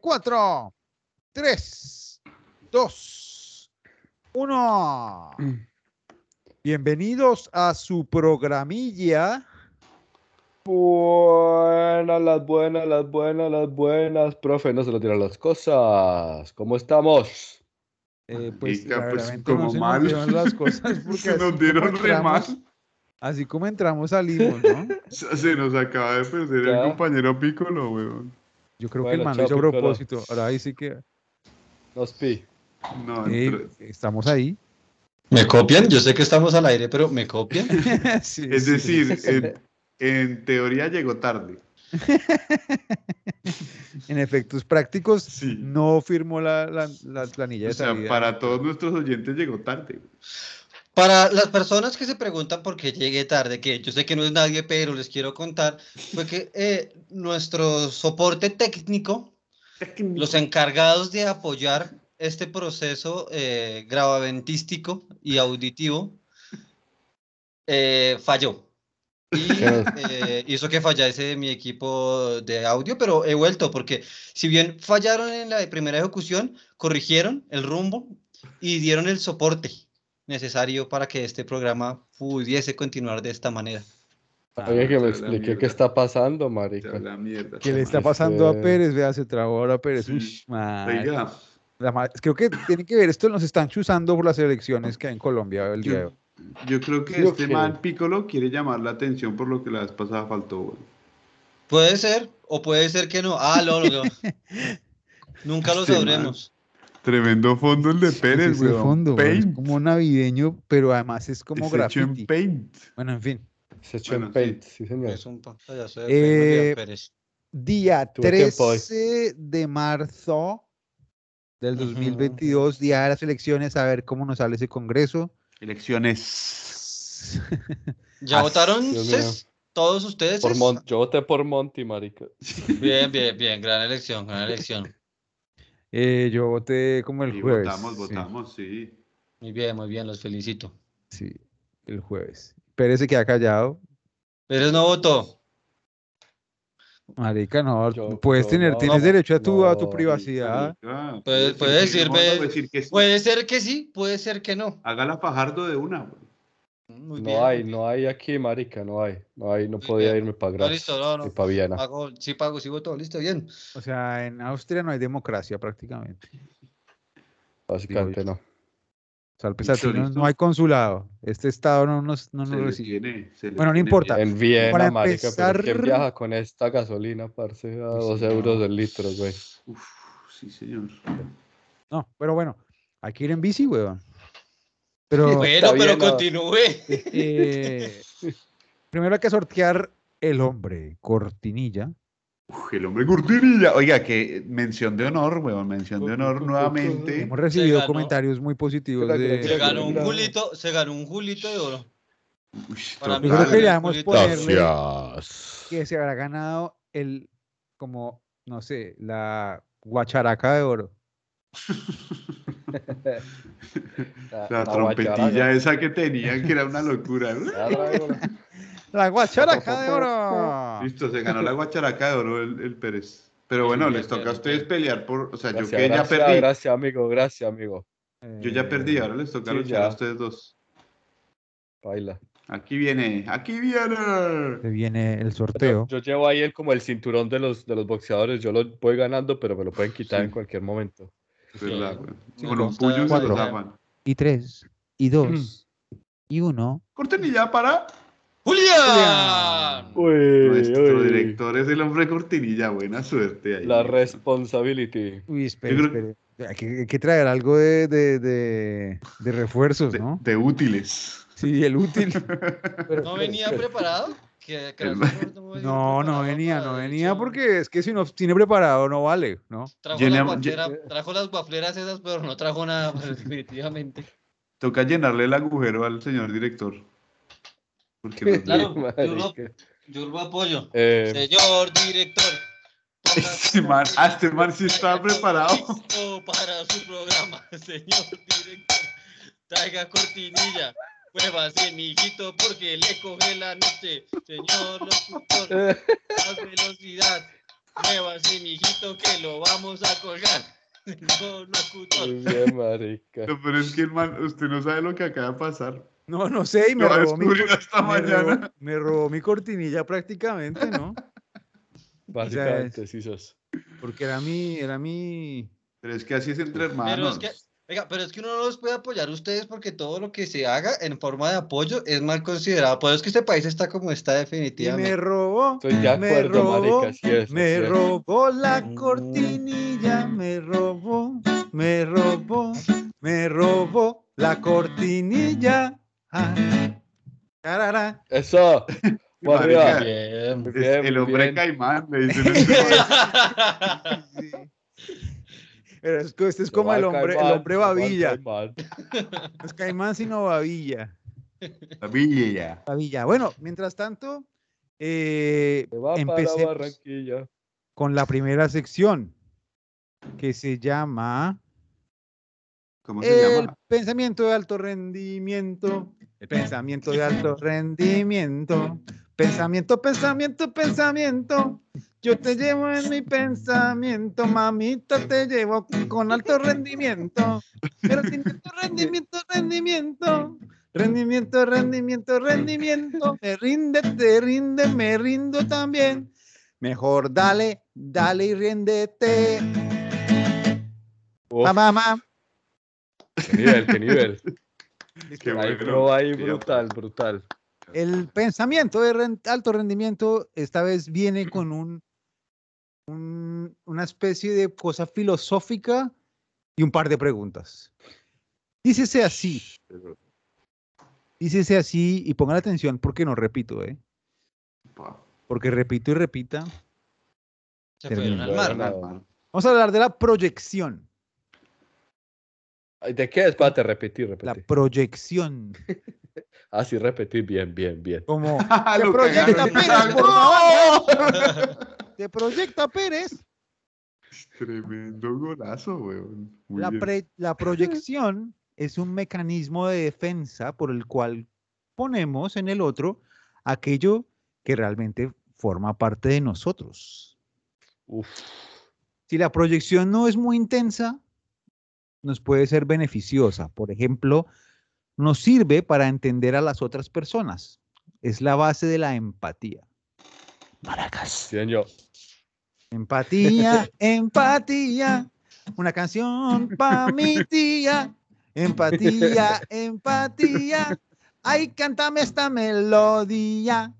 4, 3, 2, 1. Bienvenidos a su programilla. Buenas, las buenas, las buenas, las buenas, profe, no se lo tiran las cosas. ¿Cómo estamos? Eh, pues, Diga, pues, verdaderamente como se nos mal. dieron las cosas porque Se así nos dieron como re entramos- mal. Así como entramos, salimos, ¿no? Se se nos acaba de perder Ya. el compañero Piccolo, weón. Yo creo que Bueno, el man lo chao, hizo a Piccolo. propósito. Ahora ahí sí que Nos pi. No, eh, entre- estamos ahí. ¿Me copian? Yo sé que estamos al aire, pero ¿me copian? Sí, es sí. decir, en, en teoría llegó tarde. en efectos prácticos, Sí. no firmó la, la- la planilla de O sea, salida. para todos nuestros oyentes llegó tarde. Para las personas que se preguntan por qué llegué tarde, que yo sé que no es nadie, pero les quiero contar, fue que eh, nuestro soporte técnico, los encargados de apoyar este proceso eh, gravaventístico y auditivo, eh, falló. Y Claro. eh, hizo que fallase mi equipo de audio, pero he vuelto, porque si bien fallaron en la primera ejecución, corrigieron el rumbo y dieron el soporte necesario para que este programa pudiese continuar de esta manera. Oye, que me la expliqué mierda. qué está pasando, marica. Ya, la mierda. ¿Qué le está Este- pasando a Pérez? Vea, se trabó ahora Pérez. Sí. Ush, madre. Oiga, La ma- creo que tiene que ver esto, nos están chuzando por las elecciones que hay en Colombia el día de yo, hoy. yo creo que Yo este creo. man Piccolo quiere llamar la atención por lo que la vez pasada faltó, weón. Puede ser o puede ser que no. Ah, no, no, no. Nunca lo Este man. sabremos. Tremendo fondo el de Ese Pérez, es el weón. fondo, güey, es Paint. como navideño, pero además es como Es hecho en graffiti. paint. Bueno, en fin. Se echó en Bueno, paint, sí, señor. Es un pantallazo de Facebook de Eh, Pérez. Día Tuve tiempo hoy. 13 de marzo del Ujú. 2022, día de las elecciones, a ver cómo nos sale ese congreso. Elecciones. ¿Ya ah, votaron Dios ses? mío. todos ustedes? Por ses? Mon- Yo voté por Monty, marica. Bien, bien, bien. Gran elección, gran elección. Eh, yo voté como el Y jueves. votamos, sí, votamos, sí. Muy bien, muy bien. Los felicito. Sí, el jueves. Pérez se queda callado. Pérez no votó. Marica, no, Yo- puedes yo tener, no, tienes derecho a tu, a tu no, privacidad. Ah, Puede- puede decir, no, ve- no, decir que sí. Puede ser que sí, puede ser que no. Haga la Fajardo de una. güey. Muy bien. No hay, no hay aquí, marica, no hay. No hay, no Muy podía bien. irme para No, listo, Graz no, no. Ah, ni para Viena. Pago, sí pago, sí voto. Listo, bien. O sea, en Austria no hay democracia prácticamente. Básicamente no. O sea, al pesar de que no, listo. no hay consulado. Este estado no nos, no Se nos le recibe. tiene, se le Bueno, no tiene importa. miedo. En Viena, Para marica, pero ¿quién empezar- viaja con esta gasolina, parce? A Uy, sí, 12 no. euros el litro, güey. Uf, sí, señor. No, pero bueno, hay que ir en bici, weón. Pero Bueno, pero bien, no. continúe. eh, primero hay que sortear el hombre, cortinilla. Uf, el hombre Gurdinilla. Oiga, que mención de honor, weón, mención de honor nuevamente. Hemos recibido ganó. comentarios muy positivos. Espera, De, espera, Se espera. ganó un Claro. julito, se ganó un julito de oro. Ush, Para mí yo creo total. que le damos Gracias. ponerle que se habrá ganado el, como, no sé, la guacharaca de oro. La trompetilla esa que tenían, que era una locura. La guacharaca de oro. Listo, se ganó la guacharaca de oro el, el Pérez. Pero bueno, Sí, les bien, toca a bien, ustedes pelear por. O sea, yo Gracias, que ya gracias, perdí. gracias, amigo, gracias, amigo. Yo ya perdí, ahora les toca sí, luchar a ya. ustedes dos. Baila. Aquí viene, aquí viene. Se viene el Yo, sorteo. yo llevo ahí el, como el cinturón de los, de los boxeadores, yo lo voy ganando, pero me lo pueden quitar Sí. en cualquier momento. ¿Verdad, Sí. güey? Sí, Con un consta- puño se Cuatro. lo zapan. y tres, y dos, y uno. Cortinilla para ¡Julián! Uy, nuestro director, es el hombre Cortinilla. Buena suerte ahí. La responsibility. Uy, espere, Yo creo- espere. Hay que, hay que traer algo de, de, de- de refuerzos, de, ¿no? de útiles. Sí, el útil. Pero- ¿No venía preparado? ¿Que- que El- Rashford no, venía No, no preparado venía, para no la venía elección? porque es que si no tiene preparado no vale, ¿no? Trajo, Llena- las guafleras- trajo las guafleras esas, pero no trajo nada, pues, definitivamente. Toca llenarle el agujero al señor director. Porque nos- Claro, Marica. yo no- Yo lo apoyo. Eh, Señor director. ponga Este man, ah, este man sí está preparado. Listo para su programa, señor director. Traiga cortinilla. Muévase, mijito, porque le coge la noche. Señor Eh. locutor, más velocidad. Muévase, mijito, que lo vamos a colgar. Señor locutor. Muy bien, marica. No, pero es que el man, usted no sabe lo que acaba de pasar. No, no sé, y me, Lo robó mi, descubrí hasta me robó- mañana. me robó mi cortinilla prácticamente, ¿no? Básicamente, sí sos. Porque era mi, era mi, Pero es que así es entre Pero es hermanos. que, oiga, pero es que uno no los puede apoyar ustedes porque todo lo que se haga en forma de apoyo es mal considerado. Por eso es que este país está como está y me definitivamente. robó, Estoy de me acuerdo, robó, marica, sí es. me sí es. Mm. robó la cortinilla, me robó, me robó, me robó la cortinilla. Ah, tarara. Eso. Por arriba. Marica, Bien. Muy Es bien, el muy hombre bien. caimán le dicen. Sí. Pero es que este es No como va el hombre, el caimán, hombre no va babilla. caimán. No es caimán, sino babilla. La villa. Babilla. Bueno, mientras tanto, eh, Se va para Empecemos. Barranquilla. con la primera sección que se llama ¿Cómo se El llama? Eh, pensamiento de alto rendimiento. El pensamiento de alto rendimiento. Pensamiento, pensamiento, pensamiento. Yo te llevo en mi pensamiento, mamita, te llevo con alto rendimiento. Pero sin alto rendimiento, rendimiento. Rendimiento, rendimiento, rendimiento. Me rinde, te rinde, me rindo también. Mejor dale, dale y ríndete. Uf, Mamá, mamá. qué nivel, qué nivel. Qué Ahí bueno. pro ahí Sí, brutal, brutal. El pensamiento de ren- alto rendimiento esta vez viene con un, un- una especie de cosa filosófica y un par de preguntas. Dícese así, dícese así y pongan atención porque no repito, ¿eh? Porque repito y repita. Se fueron al mar. Bueno, Vamos a hablar de la proyección. Ay, ¿De qué? Espérate, repetir, La repetir. proyección. Ah, sí, repetir, bien, bien, bien. Como Ah, se lo proyecta cagaron. Pérez, por favor. Se proyecta Pérez. Tremendo golazo, weón. Muy La, bien. pre- la proyección es un mecanismo de defensa por el cual ponemos en el otro aquello que realmente forma parte de nosotros. Uf, Si la proyección no es muy intensa, nos puede ser beneficiosa. Por ejemplo, nos sirve para entender a las otras personas. Es la base de la empatía. Maracas. sí, señor. Empatía, empatía, una canción pa' mi tía. Empatía, empatía, ay, cántame esta melodía.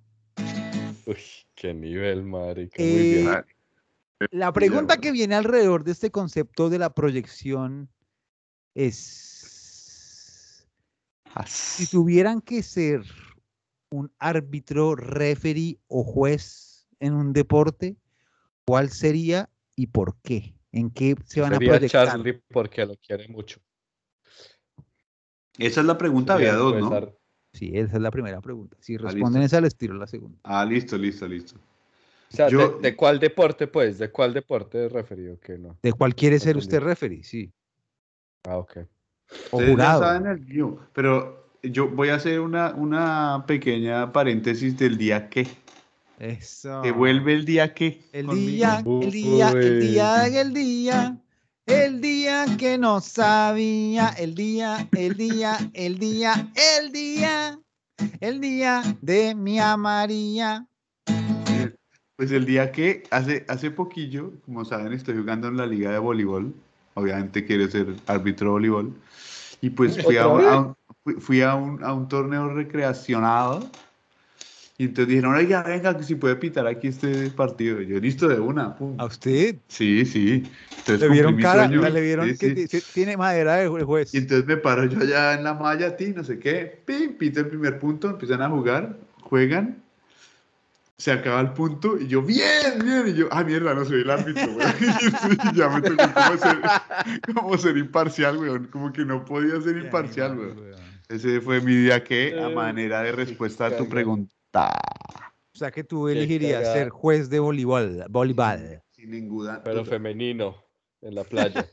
Uy, qué nivel, marica. Muy Eh, bien. La pregunta bueno. que viene alrededor de este concepto de la proyección es, si tuvieran que ser un árbitro, referee o juez en un deporte, ¿cuál sería y por qué? ¿En qué se van a Sería proyectar? Charlie porque lo quiere mucho. Esa es la pregunta, había Sería, dos, pues, ¿no? ar- Sí, esa es la primera pregunta. Si Ah, listo. responden esa, les tiro la segunda. Ah, listo, listo, listo. O sea, Yo- de, de cuál deporte, pues? ¿De cuál deporte es referido que no? ¿De cuál quiere ser Entendí. usted referee? Sí. Ah, ok. O Ustedes ya jurado. saben el guión, pero yo voy a hacer una, una pequeña paréntesis del día que. Eso. Que vuelve el día que. Ah. El conmigo. día, el día, pues. el día, el día, el día que no sabía, el día, el día, el día, el día, el día de mi María. Pues el día que hace, hace poquillo, como saben, estoy jugando en la liga de voleibol. Obviamente quiero ser árbitro de voleibol. Y pues fui, a, ¿Otra un- vez? a un, fui- fui a, un, a un torneo recreacionado. Y entonces dijeron, oiga, venga, que si puede pitar aquí este partido. Y yo, listo, de una. pum. ¿A usted? Sí, sí. Entonces Ah, ¿Le vieron cumplí mi cara? sueño. ¿Le vieron Sí, que sí. ti- se- tiene madera el juez? Y entonces me paro yo allá en la malla, ti, no sé qué, pim, pito el primer punto, empiezan a jugar, juegan, se acaba el punto y yo, bien, bien, y yo, ah, mierda, no soy el árbitro, weón. Y ya me tocó como ser, como ser imparcial, weón, como que no podía ser imparcial, weón. Ese fue mi día que, a Eh, manera de respuesta a tu caga. pregunta. O sea que tú Qué elegirías cagada. ser juez de voleibol. voleibol. Sin ninguna Pero duda. femenino, en la playa.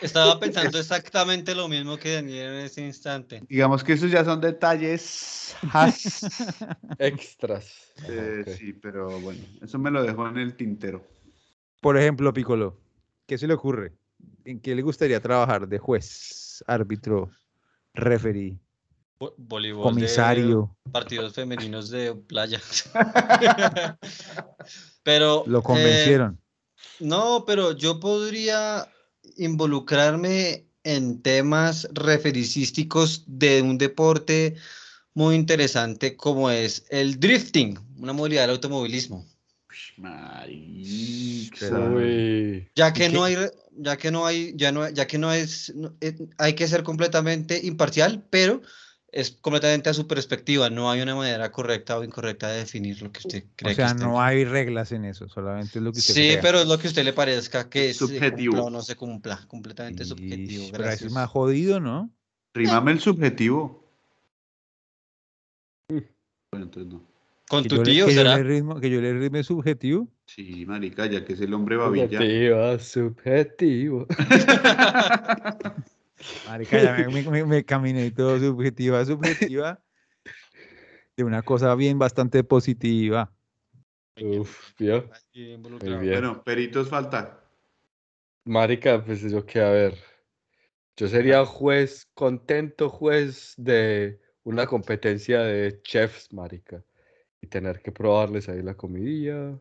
Estaba pensando exactamente lo mismo que Daniel en ese instante. Digamos que esos ya son detalles. as. Extras. Ajá, Eh, ok. Sí, pero bueno, eso me lo dejó en el tintero. Por ejemplo, Piccolo, ¿qué se le ocurre? ¿En qué le gustaría trabajar de juez, árbitro, referee, Bo- Voleibol. de comisario? partidos femeninos de playa. pero. Lo eh, convencieron. No, pero yo podría involucrarme en temas refericísticos de un deporte muy interesante como es el drifting, una modalidad del automovilismo. Marica. Uy. Ya que ¿Y no qué? hay, re- ya que no hay, ya no, ya que no es, no- eh, hay que ser completamente imparcial, pero es completamente a su perspectiva. No hay una manera correcta o incorrecta de definir lo que usted cree O que sea, está no hay reglas en eso, solamente es lo que usted Sí, crea. pero es lo que a usted le parezca que se Subjetivo. cumpla o no se cumpla, completamente subjetivo. Ish, pero eso Gracias. es más jodido, ¿no? Rímame el subjetivo. Bueno, entonces no. Con Que tu yo le- tío, que yo ¿será? le ritmo- que yo le ritme subjetivo. Sí, marica, ya que es el hombre babilla. Subjetivo, subjetivo. Marica, ya me, me- me- me caminé y todo subjetiva, subjetiva. De una cosa bien bastante positiva. Uf, vio. Ahí Muy involucrado. bien. Bueno, peritos falta. Marica, pues yo que a ver. Yo sería juez, contento juez de una competencia de chefs, marica. Y tener que probarles ahí la comidilla.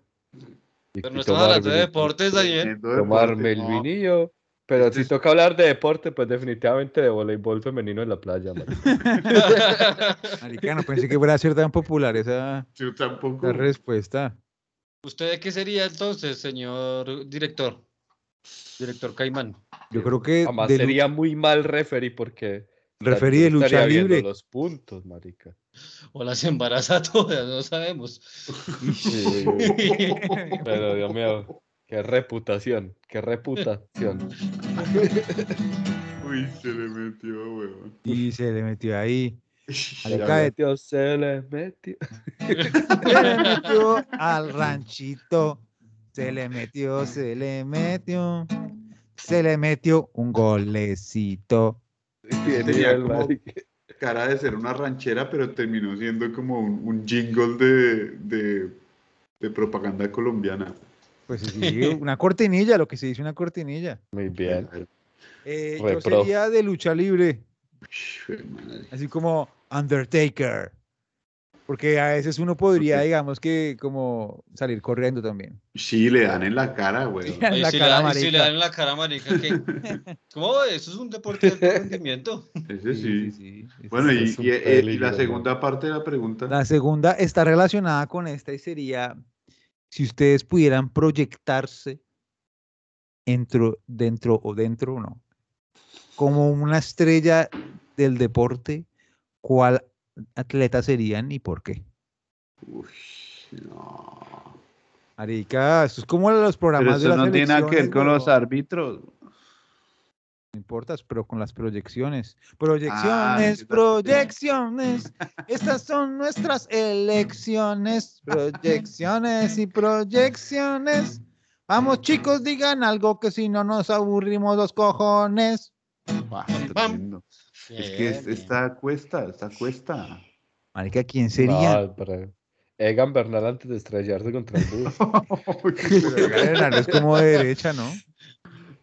Y, Pero y no estamos hablando tomarme de el- deportes, Daniel. Viendo tomarme deporte, el no. vinillo. Pero Este si es- toca hablar de deporte, pues definitivamente de voleibol femenino en la playa, marica. Marica, no pensé que fuera a ser tan popular esa, Yo tampoco. esa respuesta. ¿Usted de qué sería entonces, señor director? Director Caimán. Yo creo que Además de lu- sería muy mal referee porque o sea, yo referí de lucha estaría viendo libre. los puntos, marica. O las embaraza todas, no sabemos. Sí, uy, uy. Pero Dios mío, qué reputación, qué reputación. Uy, se le metió, weón. Y se le metió ahí. Se le Marica, de- metió, se le metió. Se le metió al ranchito. Se le metió, se le metió. Se le metió un golecito. tenía Genial, como marica. cara de ser una ranchera, pero terminó siendo como un, un jingle de, de, de propaganda colombiana. Pues sí, una cortinilla, lo que se dice, una cortinilla. Muy bien. Eh, yo Repro. sería de lucha libre, Uy, madre. así como Undertaker. Porque a veces uno podría, Ok. digamos que, como salir corriendo también. Sí, le dan en la cara, weón. En Oye, la si, cara, le dan, y si le marica. dan en la cara, marica, ¿qué? ¿cómo? Eso es un deporte de alto rendimiento. Ese sí. sí, sí. Bueno, y, Es un y- eh, y peligro, la ¿no? segunda parte de la pregunta. La segunda está relacionada con esta y sería si ustedes pudieran proyectarse dentro, dentro o dentro, no, como una estrella del deporte, ¿cuál atleta serían y por qué? Uy, no. Marica, esto es como los Pero programas de eso las no tiene nada que ver elecciones, con los weón. árbitros. No importa, pero con las proyecciones. Ah, Proyecciones, sí, las proyecciones. Estas son nuestras elecciones. Proyecciones y proyecciones. Vamos, chicos, digan algo que si no nos aburrimos los cojones. Buah, pam. tremendo. Es que es- Bien, esta cuesta, esta cuesta. Marica, ¿quién sería? No, pero Eh, Egan Bernal antes de estrellarse contra el bus. es como de derecha, ¿no?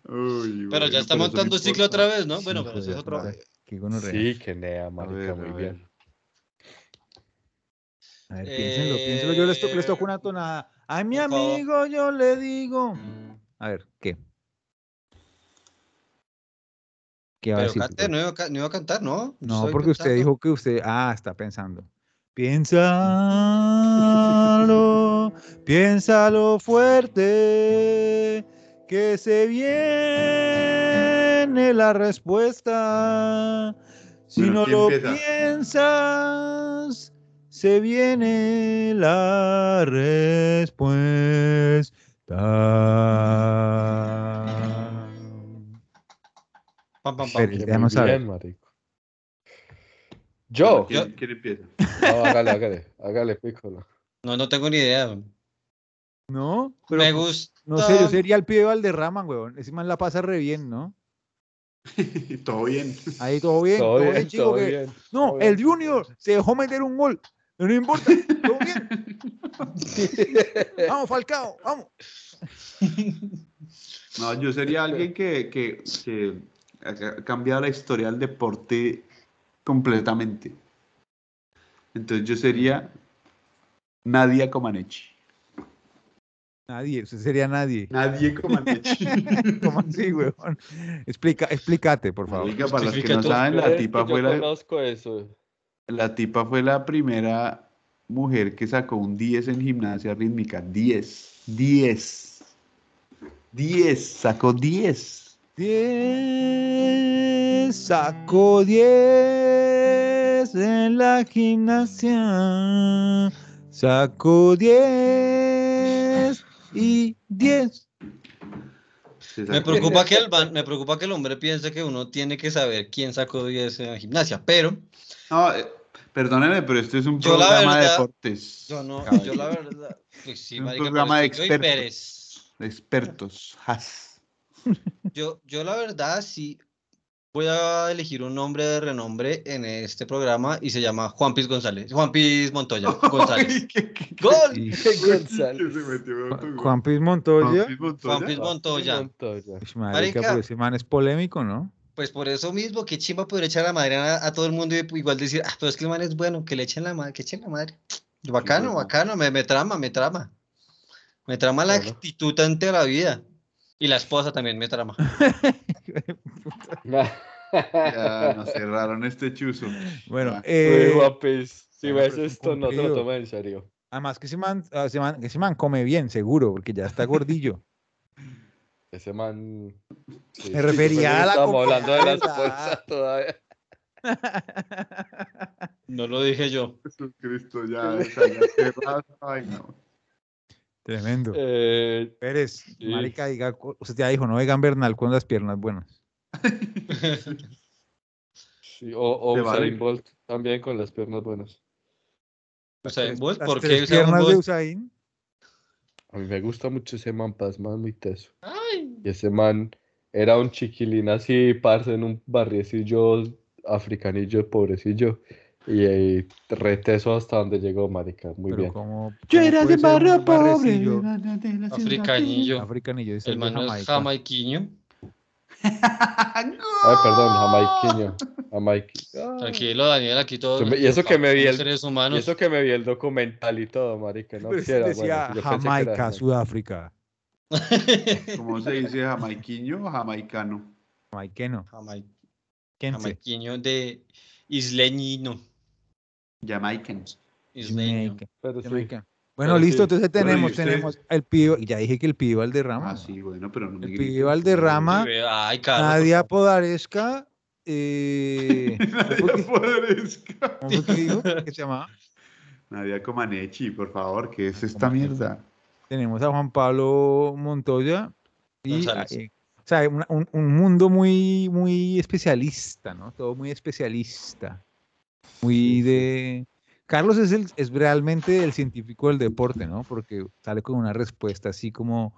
Uy, Pero ya está bueno, eso no montando ciclo importa. otra vez, ¿no? Bueno, Sí, pero eso es joder, otro. madre, qué gonorrea. Sí, que nea, A marica, ver, muy a ver. bien. A ver, piénsenlo, piénsenlo. Yo les, to- les toco una tonada. A mi por favor. amigo yo le digo. A ver, ¿qué? ¿Qué va a Pero decir? cante, no iba, a ca- no iba a cantar, ¿no? No, Estoy porque usted pensando. dijo que usted. Ah, está pensando. Piénsalo, piénsalo fuerte, que se viene la respuesta. Si Bueno, no ¿quién lo empieza? piensas, se viene la respuesta. Pam, pam, pam. Pero Que ya muy no sabe. bien, marico. Yo. ¿Quién, quién empieza? No, hágale, hágale, hágale, pícola. No, no tengo ni idea. ¿No? Me Pero gusta. pues, No sé, yo sería el pibe Valderrama, weón. Ese man la pasa re bien, ¿no? Y todo bien. Ahí todo bien, todo, Todo bien, bien, chico, todo que- bien. No, todo el bien. Junior se dejó meter un gol. No importa, todo bien. Vamos, Falcao, vamos. No, yo sería alguien que, que, que ha cambiado la historia del deporte completamente. Entonces yo sería Nadia Comaneci. Nadie, eso sería nadie. Nadie Comaneci. ¿Cómo así, weón? Explica, explícate, por favor. Marica, para los que Justifica no todo. saben, Es Ah, la que tipa, yo fue la, conozco eso. la tipa fue la primera mujer que sacó un 10 en gimnasia rítmica. 10. 10. 10. Sacó 10. 10, sacó 10 en la gimnasia. Sacó 10 y 10. Se Me sacó- preocupa, que el, man- me preocupa que el hombre piense que uno tiene que saber quién sacó 10 en la gimnasia, pero No, eh, perdónenme, pero esto es un Yo la programa de verdad- deportes. yo no, yo la verdad, pues sí, Un marica, pero programa de es que yo y expertos. Pérez. de expertos. Has. Yo, yo la verdad sí voy a elegir un nombre de renombre en este programa y se llama Juan Piz González. Juan Piz Montoya. González. Ay, qué- qué- qué- ¡Gol! que se metió autogol. Juan Piz Montoya. Juan Piz Montoya. Juan Piz Montoya. Montoya. Uy, Marica, Marica. pero ese man es polémico, ¿no? Pues por eso mismo, que chimba poder echar la madre a, a todo el mundo y igual decir, ah, pero es que el man es bueno, que le echen la madre, que echen la madre. Bacano, bueno. bacano, me, me trama, me trama. Me trama la Claro. actitud ante la vida. Y la esposa también me trama. Ya nos cerraron este chuzo. Bueno, Ah, eh, guapis. Si bueno, ves pues, pero es un esto, no te lo cumplido. tomes en serio. además que ese, man, ah, ese man- que ese man come bien, seguro, porque ya está gordillo. Ese man. sí, Me refería a la Estamos comida, hablando de la ¿verdad? esposa todavía. No lo dije yo. Jesucristo, ya, o sea, ya cerraron. Ay, no. Tremendo. Eh, Pérez, sí. marica, diga, cu- usted ya dijo, no vegan Bernal con las piernas buenas. sí, o o Te vale. Usain Bolt también con las piernas buenas. Usain Bolt, Las Pues, ¿por qué tres Usain piernas de Bolt? Usain? A mí me gusta mucho ese man, pas man muy teso. Y ese man era un chiquilín así, parce, en un barriecillo africanillo, pobrecillo. Y, eh, re teso hasta donde llegó, marica. Muy Pero bien. como Yo como puede era de ser un barrio pobre. barrecillo Africanillo. Africanillo, dice El de man no es Jamaica. jamaiquiño. Ay, perdón, jamaiquiño. jamaiqui- Tranquilo, Daniel, aquí todos. Yo me- y eso que me vi somos el- seres Y humanos. eso que me vi el documental y todo, marica. No Pero sí quisiera, decía bueno, yo pensé que era Jamaica, jamaica. Sudáfrica. ¿Cómo se dice jamaiquiño o jamaicano? Jamaiqueno. Jamai- Kense. Jamaiquiño de isleñino. Jamaican. Isleño. Jamaica, Pero Pues sí, Jamaica. Bueno, Pero listo, sí. entonces Bueno, ¿y tenemos, usted? tenemos el pibe, ya dije que el pibe Valderrama. Ah, sí, bueno, pero no me El griten. pibe Valderrama. Y ve- Ay, Nadia Carlos. Podaresca. Eh, ¿cómo fue que- Nadia Podresca. cómo fue que dijo que se llamaba? Nadia Comaneci, por favor, ¿qué es esta Comaneci. mierda? Tenemos a Juan Pablo Montoya. Y, González. eh, o sea, una- un, un mundo muy, muy especialista, ¿no? Todo muy especialista. Muy de. Carlos es, el, es realmente el científico del deporte, ¿no? Porque sale con una respuesta así como.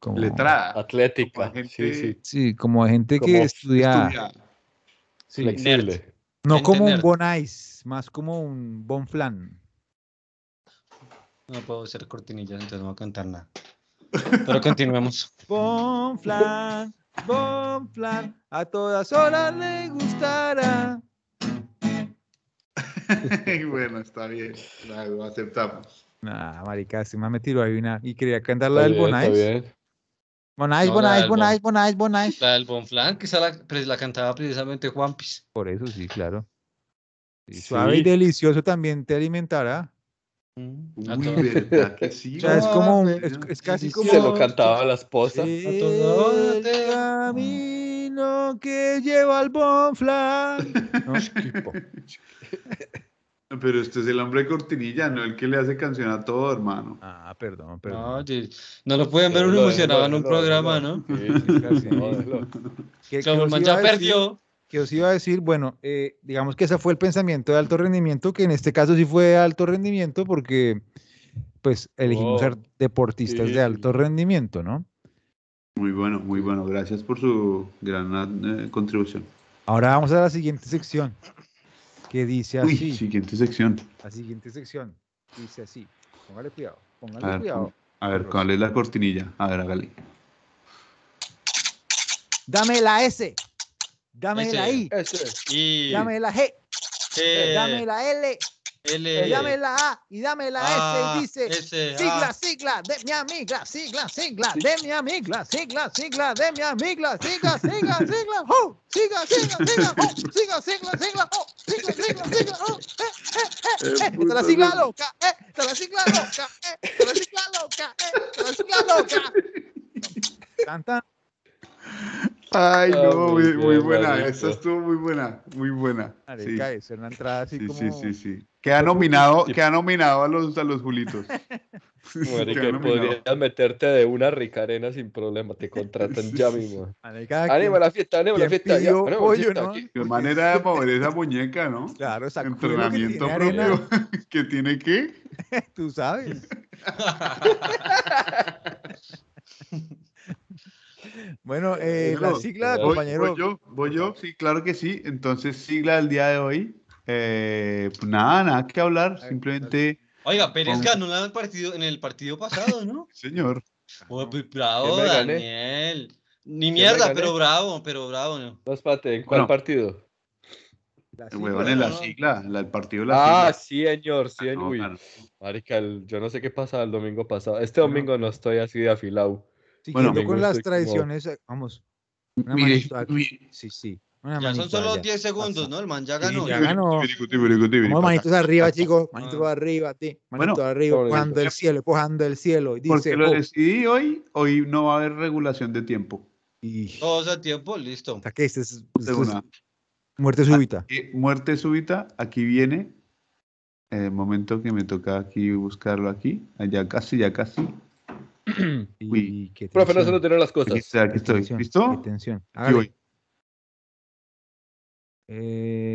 como Letrada. Atlética. Como Sí, gente sí. Sí, como gente que Como estudia. Estudia. sí. Flexible. No Gente como un nerd. Bonais, más como un Bonflan. No puedo hacer cortinillas, entonces no voy a cantar nada. Pero continuemos. Bonflan, Bonflan, a todas horas le gustará. bueno, está bien. la- Lo aceptamos. Nah, marica, se me tiró ahí una y quería cantar la del Está bien, está Bonais. bien. Bonais, No, la Bonais, del Bonais, Bonais, Bonais. La del Bonflan, quizá la, pues, la cantaba precisamente Juanpis. Por eso sí, claro. Sí, Sí. Suave y delicioso también te alimentará. Mm, a Uy, todo- ¿verdad que sí? O sea, es como un- güey? es, es casi Sí, como Se lo cantaba a la esposa. el horas te- camino que lleva al Bonflan. ¿No? Pero este es el hombre cortinilla, no el que le hace canción a todo, hermano. Ah, perdón, No, perdón. oye, no lo pueden ver uno Déjalo, emocionado en un déjalo, programa, déjalo. ¿no? Sí, sí, casi, no, déjalo. ¿Qué- qué Claro, el os man iba ya a decir? perdió. que os iba a decir, bueno, eh, digamos que ese fue el pensamiento de alto rendimiento, que en este caso sí fue de alto rendimiento porque pues elegimos Oh, ser deportistas sí. de alto rendimiento, ¿no? Muy bueno, muy bueno. Gracias por su gran eh, contribución. Ahora vamos a la siguiente sección, que dice Uy, así. siguiente sección. La siguiente sección dice así. Póngale cuidado, A póngale ver, cuidado. a ver, ¿cuál es la cortinilla? A ver, hágale. Dame la S, dame la Ese. I, Ese. Y. dame la G, eh, dame la L, eh, L, dame la A y dame la A, S y dice... S, Ah. Sigla, A. sigla, de mi amiga, sigla, sigla, de mi amiga, sigla, sigla, de mi amiga, sigla, sigla, sigla, oh, siga, siga, siga, oh, siga, sigla, sigla, oh, sigla, sigla, sigla, oh, eh, eh, eh, eh, esta es la sigla loca, eh, esta es la sigla loca, eh, esta es la sigla loca, eh, esta es la sigla loca. Cantan. Ay, Ah, no, muy muy, muy bien, buena. marica. Esa estuvo muy buena, muy buena. Sí, Marica, es una entrada así sí, como. sí, sí, sí. Queda nominado, queda nominado a los, a los Julitos. Marica, Queda y nominado. podrías meterte de una ricarena sin problema, te contratan ya mismo. Marica, Ánimo a ¿quién, la fiesta, ánimo a la quién fiesta. ya, Ah, pidió ánimo a la pollo, fiesta, no? aquí. Qué manera de mover esa muñeca, ¿no? Claro, sacude lo que tiene Entrenamiento arena, propio que tiene que. Tú sabes. Bueno, eh, la Bueno, sigla, Voy, compañero. voy yo, voy yo, sí, claro que sí. Entonces, sigla del día de hoy. Eh, pues nada, nada que hablar. Simplemente, Oiga, Pérez Ponga. ganó en el partido, en el partido pasado, ¿no? señor. Oh, pues, Yo bravo, me gané. Daniel. Ni me mierda, gané. pero bravo, pero bravo, ¿no? No, espérate, ¿en cuál Bueno. partido? La El sigla, huevón en la no. sigla, la- el partido de la Ah, sí, señor, sí, sigla. señor. No, Uy, claro. marica, el- yo no sé qué pasaba el domingo pasado. Este Bueno. domingo no estoy así de afilado. Siguiendo Bueno, con amigos, las estoy como- tradiciones, eh, vamos. Una Mire, manito aquí. mire, Sí, sí. Una Ya son manito solo allá. 10 segundos, ¿no? El man ya Sí, ganó. ya ¿no? ganó. tibiricu, tibiricu, tibiricu, Vamos, manitos arriba, chicos. Manitos Ah. arriba, ti. Manitos Bueno, arriba, sobre- empujando el cielo, empujando el cielo. Y dice, Porque lo oh, decidí hoy, hoy no va a haber regulación de tiempo. y... Todos a tiempo, listo. Hasta que este es, De esto es una. muerte súbita. Eh, muerte súbita, aquí viene. El momento que me toca aquí buscarlo aquí. Allá casi, ya casi. Y qué Profe, no se tensión, nos dieron las Aquí, cosas. está, aquí qué estoy. tensión, ¿Listo? Qué tensión. Aquí Hágale. voy. Eh, y-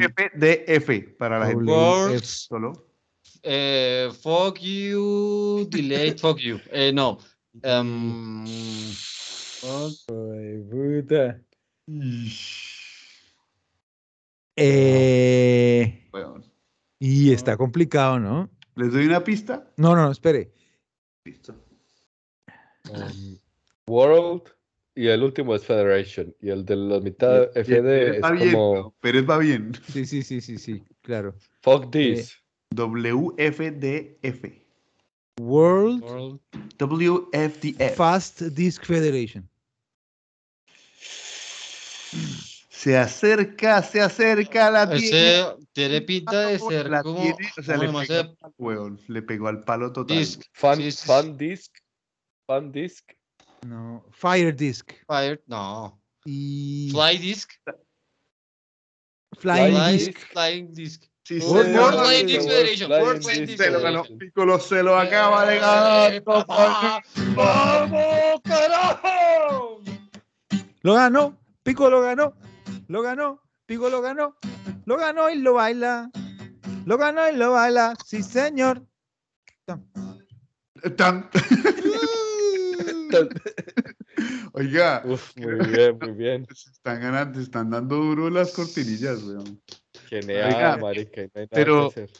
WFDF para la gente. World, Solo. eh, fuck you, delayed, fuck you. Eh, no. Em, fuck- puta. eh, Bueno, y está complicado, ¿no? ¿Les doy una pista? No, no, espere. Listo. World y el último es Federation. Y el de la mitad Y- y- FD Pérez es va bien. como Pérez va bien. Sí, sí, sí, sí, sí, claro. Fuck this. WFDF. World world. WFDF. Fast Disc Federation. Se acerca, se acerca la tiene. Ese tiene pinta de ser La como. tiene, o sea, le como no pegó sé, al hueón, le pegó al palo total. disc, Fan, Sí, sí, fan disc. Fan disc. No, Fire Disc. fire, no. Y Fly disc. Flying Fly- Disc. Flying disc. Sí, World señor. World Flying Eh, Disc Disc Federation. World Flying Flying Disc Disc Se lo ganó Federation. Piccolo, se lo acaba de ganar. Eh, papá. ¡Vamos, carajo! Lo ganó. Pico lo ganó. Lo ganó. Pico lo ganó. Lo ganó y lo baila. Lo ganó y lo baila. Sí, señor. Tan- Oiga, Uf, muy bien, muy bien. se están ganando, se están dando duro las cortinillas, weón. Genial, Oiga, marica. y no hay nada pero- que hacer.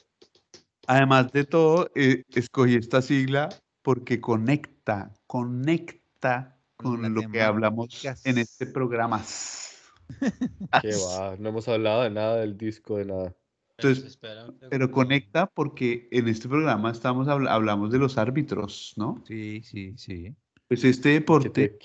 Además de todo, eh, escogí esta sigla porque conecta, conecta Con con la lo que temática. hablamos en este programa. Qué va, no hemos hablado de nada del disco, de nada. Entonces, Espera un segundo. Pero conecta porque en este programa estamos habl- hablamos de los árbitros, ¿no? Sí, sí, sí. Pues este Que deporte te-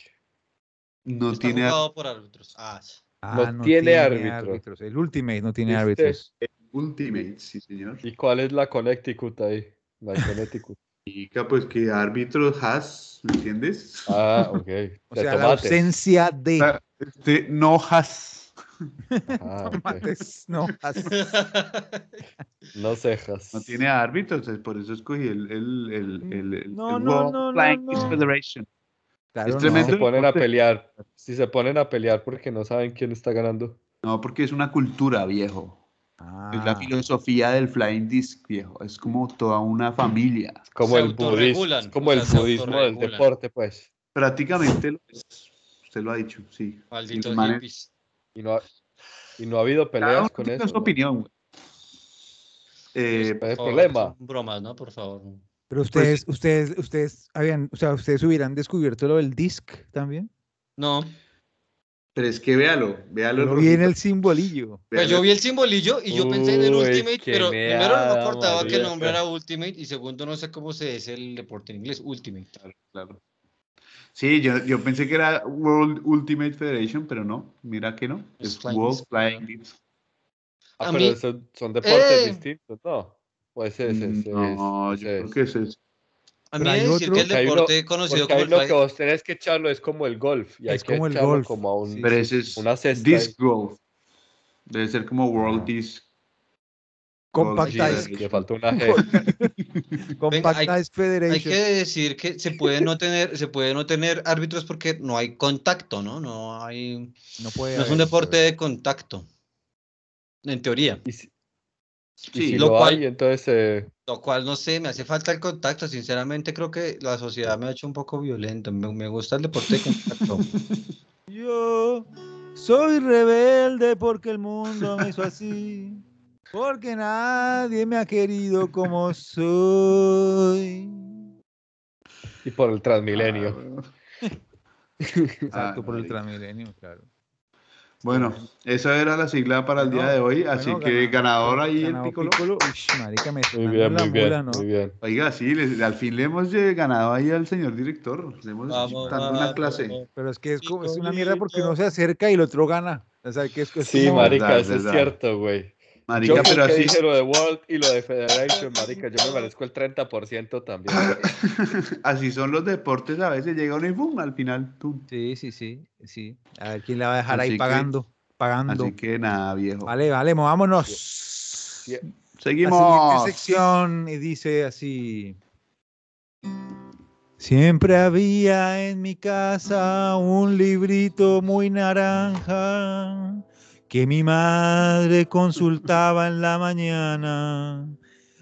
no Está tiene jugado por árbitros. Ah, sí. Ah, No tiene árbitro. El Ultimate no tiene Este- árbitros. Ultimate, sí, señor. ¿Y cuál es la Connecticut ahí? La Connecticut. Chica, pues que árbitros has, ¿me entiendes? Ah, ok. O De sea, la tomates. ausencia de Ah, Este no has. Ah, ok. tomates. No, así. No cejas. No tiene árbitros, entonces por eso escogí el, el, el, el, el- Mm. No, el no, World no, no, Flying no. Federation. Claro, Es no. Si tremendo. se Ah, ponen a deporte. pelear, si se ponen a pelear porque no saben quién está ganando. No, porque es una cultura, viejo. Es la Ah. filosofía del Flying Disc, viejo. Es como toda una familia. Como Se el budismo, autorregulan, como o el sea, se budismo del autorregulan. deporte, pues. Prácticamente lo es. Usted lo ha dicho, sí. Maldito Manes. hippies. Y no ha, y no ha habido Cada peleas uno con tiene eso. su ¿no? opinión, güey. Ese Eh, es el Por favor, problema. son Bromas, ¿no? Por favor. Pero pues, ustedes, ustedes, ustedes habían, o sea, ustedes hubieran descubierto lo del disc también. No. Pues pero es que véalo, véalo. Lo el vi en el rojito, simbolillo. Pues véalo. yo vi el simbolillo y yo pensé en el Uy, Ultimate, qué pero primero no me meada, acordaba que el marica. nombre era Ultimate y segundo no sé cómo se dice el deporte en inglés, Ultimate. Claro. Sí, yo, yo pensé que era World Ultimate Federation, pero no, mira que no. Es Es Flying World Disc. Flying Disc. Ah, A pero mí- son, son deportes ¡Eh! distintos, ¿no? O ese, ese, ese Mm, no, es, yo ese creo es. que ese es. A Pero mí me hay decir otro- que el Porque hay uno- deporte conocido Porque como hay el lo que fly- vos tenés que echarlo es como el golf. Y hay Es que como el echarlo golf, como a un. sí. Pero ese es Una cesta ahí. Disc Golf. Debe ser como World Ah. Disc. Compact Golf Disc. Le falta una G. Compact hay- Ice Hay Federation. que decir que se puede no tener, se puede no tener árbitros porque no hay contacto, ¿no? No hay, No puede. no es un haber. deporte de contacto. En teoría. Y si, y Sí, si lo lo, cual- hay, entonces. eh, Lo cual no sé, me hace falta el contacto. Sinceramente, creo que la sociedad me ha hecho un poco violento. Me, me gusta el deporte de contacto. Yo soy rebelde porque el mundo me hizo así. Porque nadie me ha querido como soy. y por el Transmilenio. Exacto, por el Ah, marica. Transmilenio, claro. Bueno, esa era la sigla para el Bueno, día de hoy, así Bueno, que ganador ahí ganado el Piccolo. Ush, marica, me Ah, Muy sonando bien, la muy bien. mula, ¿no? Muy bien. Oiga, sí, le- al fin le hemos eh, ganado ahí al señor director. Le hemos Vamos, dado una vamos, clase. vamos. Pero es que es, como- es una mierda porque uno se acerca y el otro gana. O sea, que es, es Sí, como- marica, Verdad, eso es verdad. cierto, güey. Marica, yo pero porque así. dije lo de World y lo de Federation, marica. Yo me merezco el 30% también. güey. Así son los deportes, a veces llega uno y boom, al final. tum. Sí, sí, sí, sí. A ver quién la va a dejar Así ahí que- pagando, pagando. Así que nada, viejo. Vale, vale, movámonos. Sí. La Seguimos. siguiente sección y dice así. Siempre había en mi casa un librito muy naranja que mi madre consultaba en la mañana.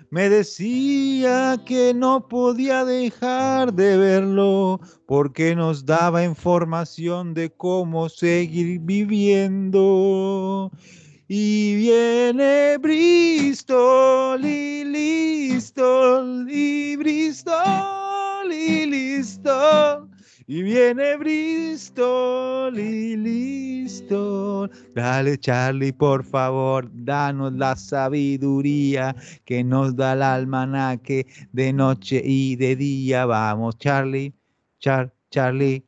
Me decía que no podía dejar de verlo porque nos daba información de cómo seguir viviendo. Y viene Bristol y Listol y Bristol y Listol. Y viene Bristol y Listol. Dale Charlie, por favor, danos la sabiduría que nos da el almanaque de noche y de día. Vamos Charlie, Char, Charlie.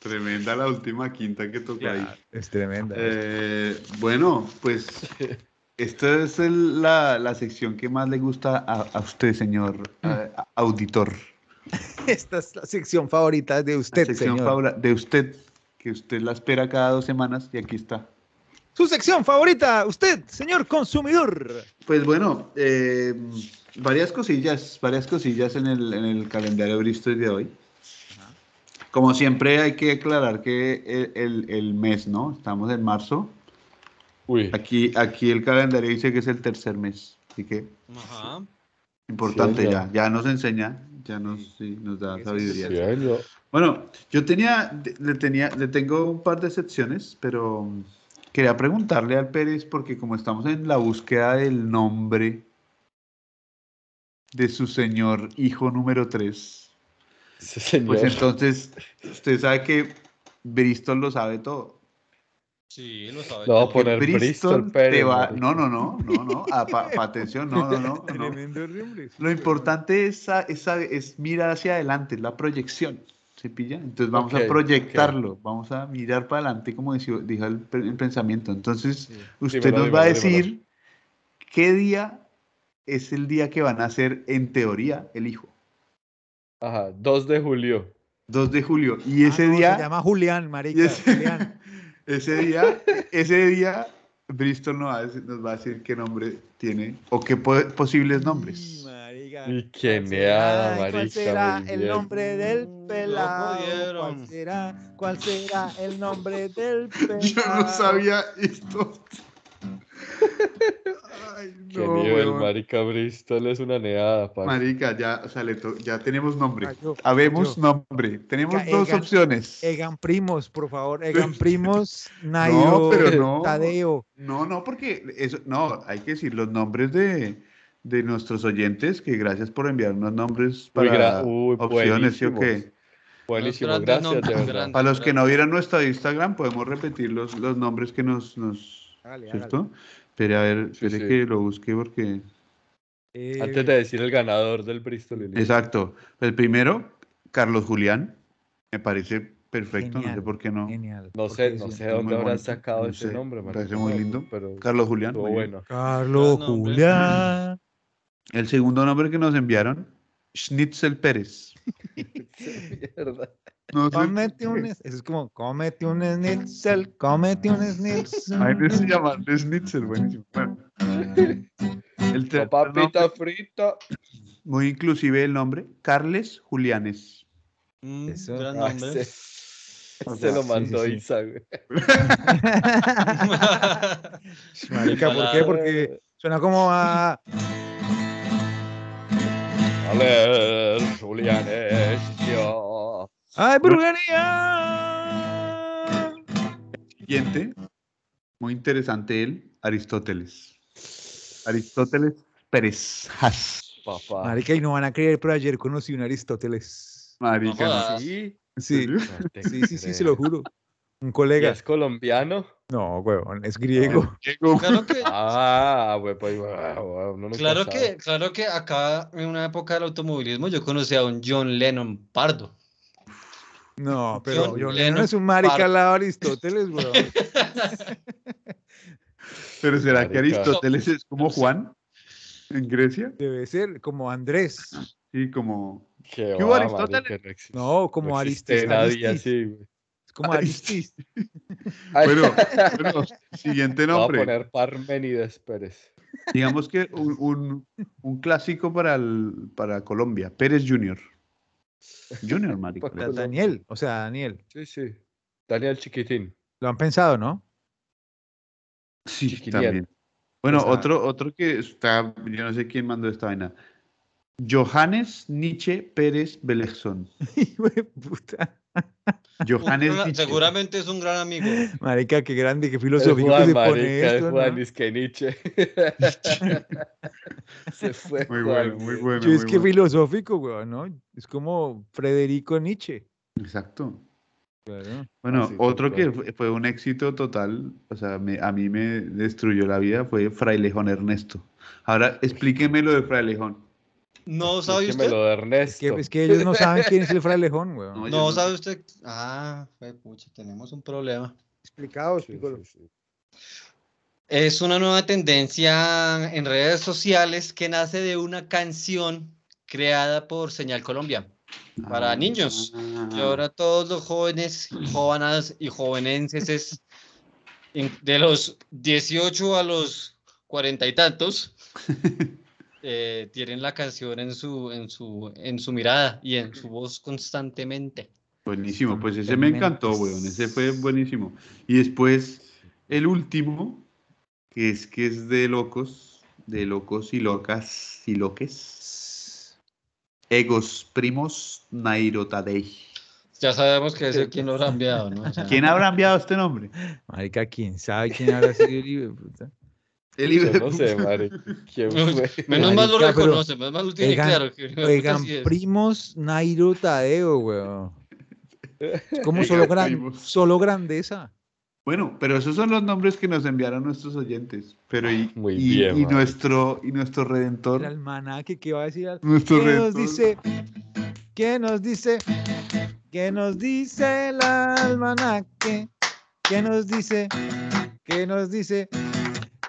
Tremenda la última quinta que tocó ahí. Es tremenda. Eh, bueno, pues esta es el- la, la sección que más le gusta a, a usted, señor Mm. eh, auditor. Esta es la sección favorita de La usted, sección señor. favora- de usted, que usted la espera cada dos semanas y aquí está. Su sección favorita, usted, señor consumidor. Pues bueno, eh, varias cosillas, varias cosillas en el, en el calendario Bristol de hoy. Como siempre hay que aclarar que el, el- el mes, ¿no? Estamos en marzo. Uy, Aquí, aquí el calendario dice que es el tercer mes. Así que Ajá. importante Sí, ya. señor. Ya nos enseña, ya nos, sí, nos da Sí, sí, sabiduría. bien, yo- Bueno, yo tenía, de- le tenía, le tengo un par de excepciones, pero mm, quería preguntarle al Pérez porque como estamos en la búsqueda del nombre de su señor hijo número 3, sí, señor. pues entonces usted sabe que Bristol lo sabe todo. Sí, lo sabes. Le voy a poner Bristol, Bristol te Pérez. va- marica. No, no, no, no, no. Ah, pa- pa- atención, no, no, no, no. Lo importante es, sa- es, sa- es mirar hacia adelante, es la proyección. ¿Se pilla? Entonces vamos Ok, a ok. proyectarlo, vamos a mirar para adelante, como dijo, dijo el, pe- el pensamiento. Entonces, Sí. usted Dímelo, nos va a dímelo, dímelo. decir qué día es el día que van a ser, en teoría, el hijo. Ajá, 2 de julio. 2 de julio. Y Ah, ese no, día. Se llama Julián, marica. Y ese, Julián. ese día, ese día, Bristol nos va, a decir, nos va a decir qué nombre tiene o qué po- posibles Y, nombres. marica, Y ¿cuál qué será? meada, ¿Cuál marica, será muy el bien. nombre del pelado? ¿Cuál jodieron. será? ¿Cuál será el Ah. nombre del pelado? Yo no sabía esto. Ay, Qué no, nivel, weón. marica, Bristol es una neada, parce. Marica, ya, o sea, le to- ya tenemos nombre. Cayó, Habemos cayó. nombre. Tenemos Ca- eh, dos Egan- opciones. Egan Primos, por favor. Egan Primos, Nairo, pero no. Tadeo. No, no, porque eso, no, hay que decir los nombres de, de nuestros oyentes, que gracias por enviar unos nombres Uy, para gra- uy, opciones, ¿sí o buenísimos. qué? Buenísimo, Los gracias, grandes de nombres, verdad. grandes. Para los que no vieron nuestro Instagram, podemos repetir los, los nombres que nos, nos Hágale, hágale. ¿cierto? Pero a ver, Sí, espere sí. que lo busque porque... Eh, Antes de decir el ganador del Bristol. y listo. Exacto. El primero, Carlos Julián, me parece perfecto, Genial, no sé por qué no. Genial. No sé, porque no sí. sé es muy dónde habrán bonito, sacado no ese sé, nombre, marica. parece muy lindo. Pero Carlos Julián. estuvo muy bien. bueno. Carlos Gran nombre. Julián. El segundo nombre que nos enviaron, Schnitzel Pérez. Mierda. No sé Cómete por un... qué. es- Eso es como, cómete un schnitzel, cómete un schnitzel. Ay, no se llama de Schnitzel, buenísimo. Bueno. Ah. El tercer nombre, Papita frita. muy inclusive el nombre, Carles Julianes. Mm, Eso. gran Ah, nombre. se- O se sea, lo sí, mandó sí. Isa, güey. Marica, ¿por qué? Porque suena como a... Ale, Julián, es yo. ¡Ay, brujería! Siguiente, muy interesante él, Aristóteles. Aristóteles Pérez. Has. Papá. Marica, y no van a creer, pero ayer conocí un Aristóteles. Marica, No no jodas. sé. Ah, Sí, Sí, ¿En serio? no te sí, sí, sí, creo. se lo juro. Un ¿Y colega. ¿Es colombiano? No, huevón, es griego. Llegó. claro que, Ah, güey, pues, wow, wow, uno nunca claro sabe. que, claro que acá en una época del automovilismo yo conocí a un John Lennon Pardo. No, pero John John Lennon Lennon es un marica par- al lado de Aristóteles, huevón. Pero ¿será que Marica. Aristóteles es como Juan en Grecia? Debe ser como Andrés. Sí, como... Qué ¿Qué va, hubo, Aristóteles? marica, no existe. No, como No existe Aristis. nadie Aristis, Pues así, güey. es Como Aristis. Aristis. Bueno, bueno, siguiente Voy a nombre. poner Parmenides Pérez. Digamos que un, un- un clásico para, el- para Colombia, Pérez Junior. Junior, marica. Pues, Daniel, o sea, Daniel. Sí, sí. Daniel Chiquitín. Lo han pensado, ¿no? Sí, Chiquiliano. también. Bueno, O sea- otro, otro que está, yo no sé quién mandó esta vaina. Johannes Nietzsche Pérez Belexon. Hijo de puta. Johannes Un gran- Nietzsche. seguramente es un gran amigo. Marica, qué grande, qué Es filosófico Juan, se pone marica, es esto, ¿no? Juan Isque Nietzsche. Se fue Muy Juan, bueno, muy güey. bueno. Yo es muy que bueno. filosófico, weón, ¿no? Es como Federico Nietzsche. Exacto. Claro. Bueno, Así, tal otro que cual. fue- fue un éxito total, o sea, me- a mí me destruyó la vida, fue Frailejón Ernesto. Ahora explíqueme lo de Frailejón. ¿No sabe Dígame usted? lo de Ernesto. Que, es que ellos no saben quién es el frailejón, weón. No, yo No no- sabe usted. Ah, fue pucha, tenemos un problema. Explicados, Sí, sí, sí. Es una nueva tendencia en redes sociales que nace de una canción creada por Señal Colombia. Para niños. Ah. Y ahora todos los jóvenes, jóvenes y jovenenses es en- de los 18 a los cuarenta y tantos eh, tienen la canción en su, en, su, en su mirada y en su voz constantemente. Buenísimo, pues ese me encantó, weón, ese fue buenísimo. Y después, el último, que es que es de locos, de locos y locas y loques. Egos primos Nairo Tadei. Ya sabemos que ese quién lo habrá enviado, ¿no? O sea, ¿Quién habrá enviado este nombre? Marica, quién sabe quién habrá sido el hijo de puta. El Yo hijo de no sé, puta. marica. ¿Quién fue? Menos mal lo Marica, pero reconoce, menos mal lo tiene oigan- claro. que- Oigan, así es. primos Nairo Tadeo, weón. Es como solo, Oigan, gran- primos. solo grandeza. Bueno, pero esos son los nombres que nos enviaron nuestros oyentes. Pero y, Ah, Muy y- bien, y Max. nuestro, y nuestro El redentor. almanaque, ¿qué va a decir? al- Nuestro ¿Qué nos redentor. dice? ¿Qué nos dice? ¿Qué nos dice el almanaque? ¿Qué nos dice? ¿Qué nos dice?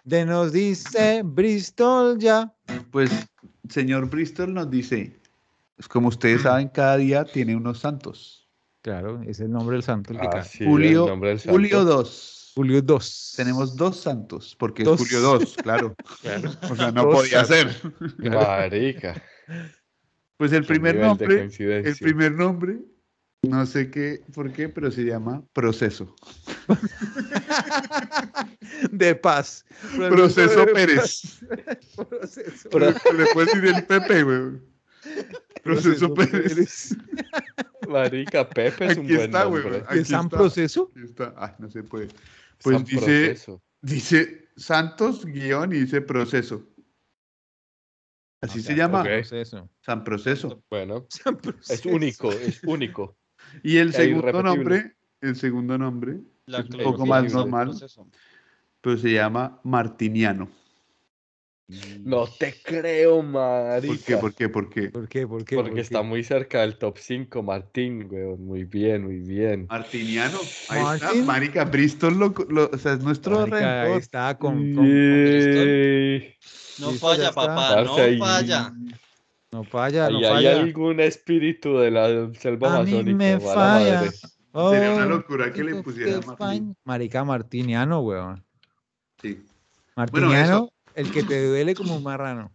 De nos dice Bristol ya. Pues, señor Bristol nos dice: pues, como ustedes saben, cada día tiene unos santos. Claro, es el nombre del santo. el que Ah, cae. sí, Julio- el nombre del santo. Julio 2. Julio 2. Tenemos dos santos, porque Dos. es Julio 2, claro. O sea, no Dos podía ser. Marica. Pues el qué primer nivel de nombre, coincidencia. el primer nombre, no sé qué, por qué, pero se llama Proceso. de paz. Proceso Pérez. Proceso. Pro- Le puedes decir el Pepe, güey. Proceso Proceso Pérez. Pérez. Marica, Pepe es un Aquí buen está, güey. nombre. Aquí ¿Es San está. Proceso? Ahí está. Ay, no se puede. Pues San dice- Proceso. Dice Santos guión y dice proceso. Así O se sea, llama ok. Proceso. San Proceso. Bueno, San Proceso. es único, es único. Y el Es segundo irrepetible. nombre, el segundo nombre, La Es un clorofila poco más del normal. proceso. pues se llama Martiniano. No te creo, ¿Por marica. qué? ¿Por qué? ¿Por qué? ¿Por qué? ¿Por qué? ¿Por Porque qué? está muy cerca del top 5, Martín, weón. Muy bien, muy bien. Ah, Martiniano. Ahí Martin. está. Marica, Bristol lo, lo- o sea, es nuestro Marica, ahí rencor. está con, con- Yay. No Listo, ya falla, está. papá, no Parce, ahí- falla. No falla, no Ahí hay falla. algún espíritu de la selva A mí amazónica. me mala falla. madre. Oh, Sería una locura que le Dios, pusieran qué Martín. fan. Marica Martiniano, weón. Sí, Martiniano, el que te duele como un marrano.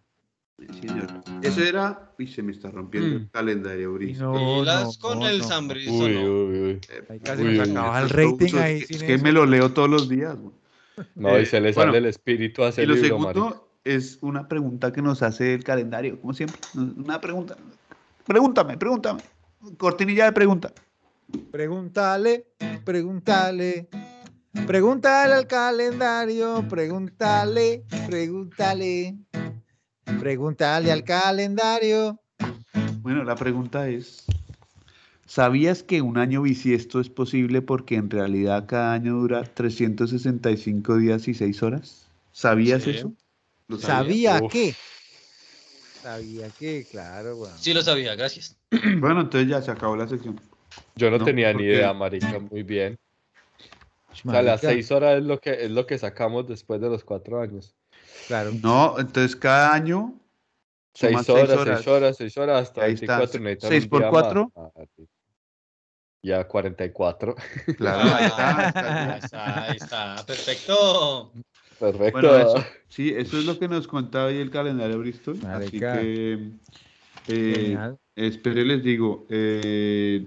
sí, señor. Eso era. Uy, se me está rompiendo el Mm. calendario, Y Bristol. no, Pilas no, con no, el no. Sambrizo, Uy, no. uy, uy. Ahí Eh, casi Uy, nos uy, acababa el estos rating productos, ahí. es sin que eso. me lo leo todos los días. güey. No, Eh, y se le sale bueno, el espíritu a ese Y lo libro, segundo marica. es una pregunta que nos hace el calendario, como siempre. Una pregunta. Pregúntame, pregúntame. Cortinilla de pregunta. Pregúntale, pregúntale. Pregúntale al calendario, pregúntale, pregúntale. Pregúntale al calendario. Bueno, la pregunta es, ¿sabías que un año bisiesto es posible porque en realidad cada año dura 365 días y 6 horas? ¿Sabías Sí. eso? ¿Lo ¿Sabía Uf. qué? Sabía que, claro, weón. Sí lo sabía, gracias. Bueno, entonces ya se acabó la sección. Yo no, No, tenía ni porque- idea, marica. Muy bien. O sea, las Marica, seis horas es lo que es lo que sacamos después de los cuatro años. Claro. No, entonces cada año... Seis Sumas seis horas, horas. seis horas, seis horas, hasta Ahí está. 24. necesitan Seis un por día cuatro. más. Ah, sí. Ya 44. Claro, ahí está, Ahí está. está, ahí está, perfecto. Perfecto. Bueno, eso, sí, eso es lo que nos contaba hoy el calendario Bristol. Marica. Así que... eh, Genial. Espere, les digo, eh,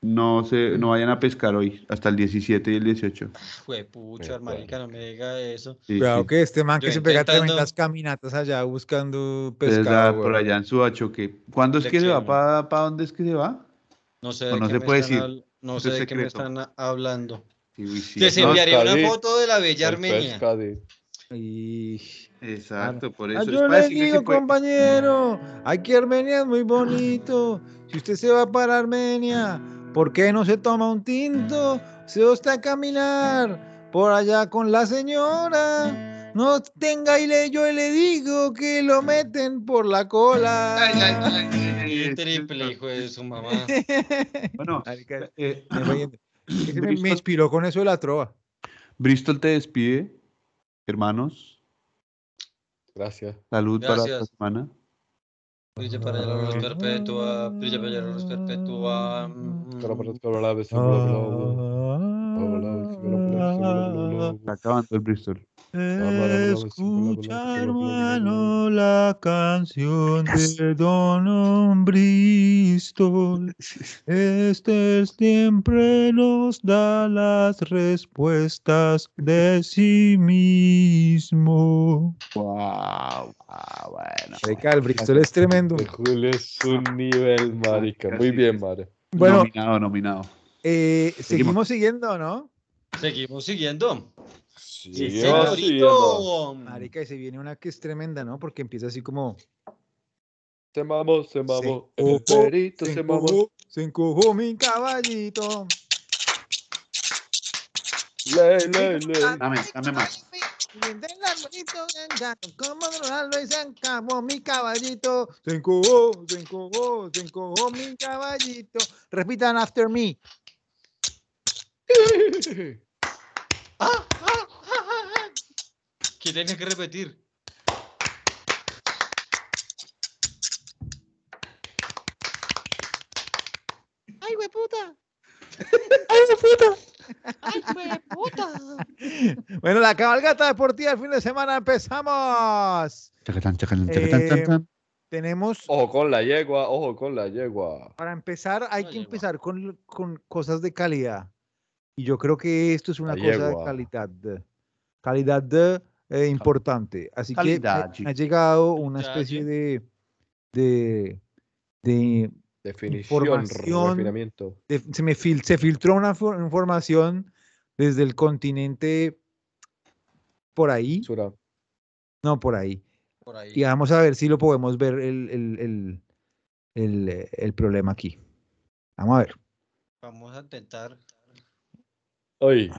no, se, no vayan a pescar hoy, hasta el 17 y el 18. Fue pucha, Bueno. marica, no me diga eso. Sí, Cuidado sí. que este man Yo que se pega intentando- tremendas caminatas allá buscando Ustedes pescado. la- weón. por allá en Suacho, que ¿cuándo es que se va? Lección. ¿Para dónde es que se va? No sé O de no qué se me puede están decir. hab- No Eso sé es de qué me secreto. están a- hablando. Sí, uy, sí. Les No, enviaré una Cádiz. foto de la bella Por Armenia. pesca de- Y... Exacto, por Ah, eso. es yo para le decirles si digo, puede- compañero, aquí Armenia es muy bonito. Si usted se va para Armenia, ¿por qué no se toma un tinto? Se va usted a caminar por allá con la señora. No tenga y le, yo le digo que lo meten por la cola. Sí, Triple hijo de su mamá. Bueno, Marica, eh, me voy yendo. Es que me- me Bristol, inspiró con eso de la trova. Bristol te despide, hermanos. Gracias. Salud para la Gracias. semana. Brilla para la luz perpetua, brilla para la luz perpetua. Mm. Escucha, ah, Está acabando el Bristol. hermano, la canción de Don Hombristol. Este siempre nos da las respuestas de sí mismo. Wow, wow, bueno. el Bristol es tremendo. Julio es un nivel, marica. Muy bien, Mare. Bueno, nominado, nominado. eh, seguimos siguiendo, ¿no? Seguimos siguiendo. Sí, Siga siguiendo. señorito. Marica, y se viene una que es tremenda, ¿no? Porque empieza así como. Se mamó, se mamó. Se El perito se mamó. encojó, se encojó mi caballito. Ley, ley, ley. Dame, dame más. Del arbolito del gato, como de los árboles se encajó mi caballito. Se encojó, se encojó, se encojó mi caballito. Repitan after me. Ah, ah, ah, ah. ¿Qué tenía que repetir? ¡Ay, hueputa! ¡Ay, güey, puta! Bueno, la cabalgata deportiva el fin de semana empezamos. Chacatán, chacatán, chacatán, Eh, chacatán. Tenemos Ojo con la yegua, ojo con la yegua. Para empezar, hay No que llegó. empezar con, con cosas de calidad. Y yo creo que esto es una La cosa de yegua. calidad. Calidad de eh, importante. Así Calidad, que chico. me ha llegado una Ya, especie ya. de, de, de- Definición, Información. refinamiento. de- se me fil- se filtró una for- información desde el continente por ahí, Sura- no por ahí. Por ahí. Y vamos a ver si lo podemos ver el, el- el- el, eh, el problema aquí. Vamos a ver. Vamos a intentar. Ay,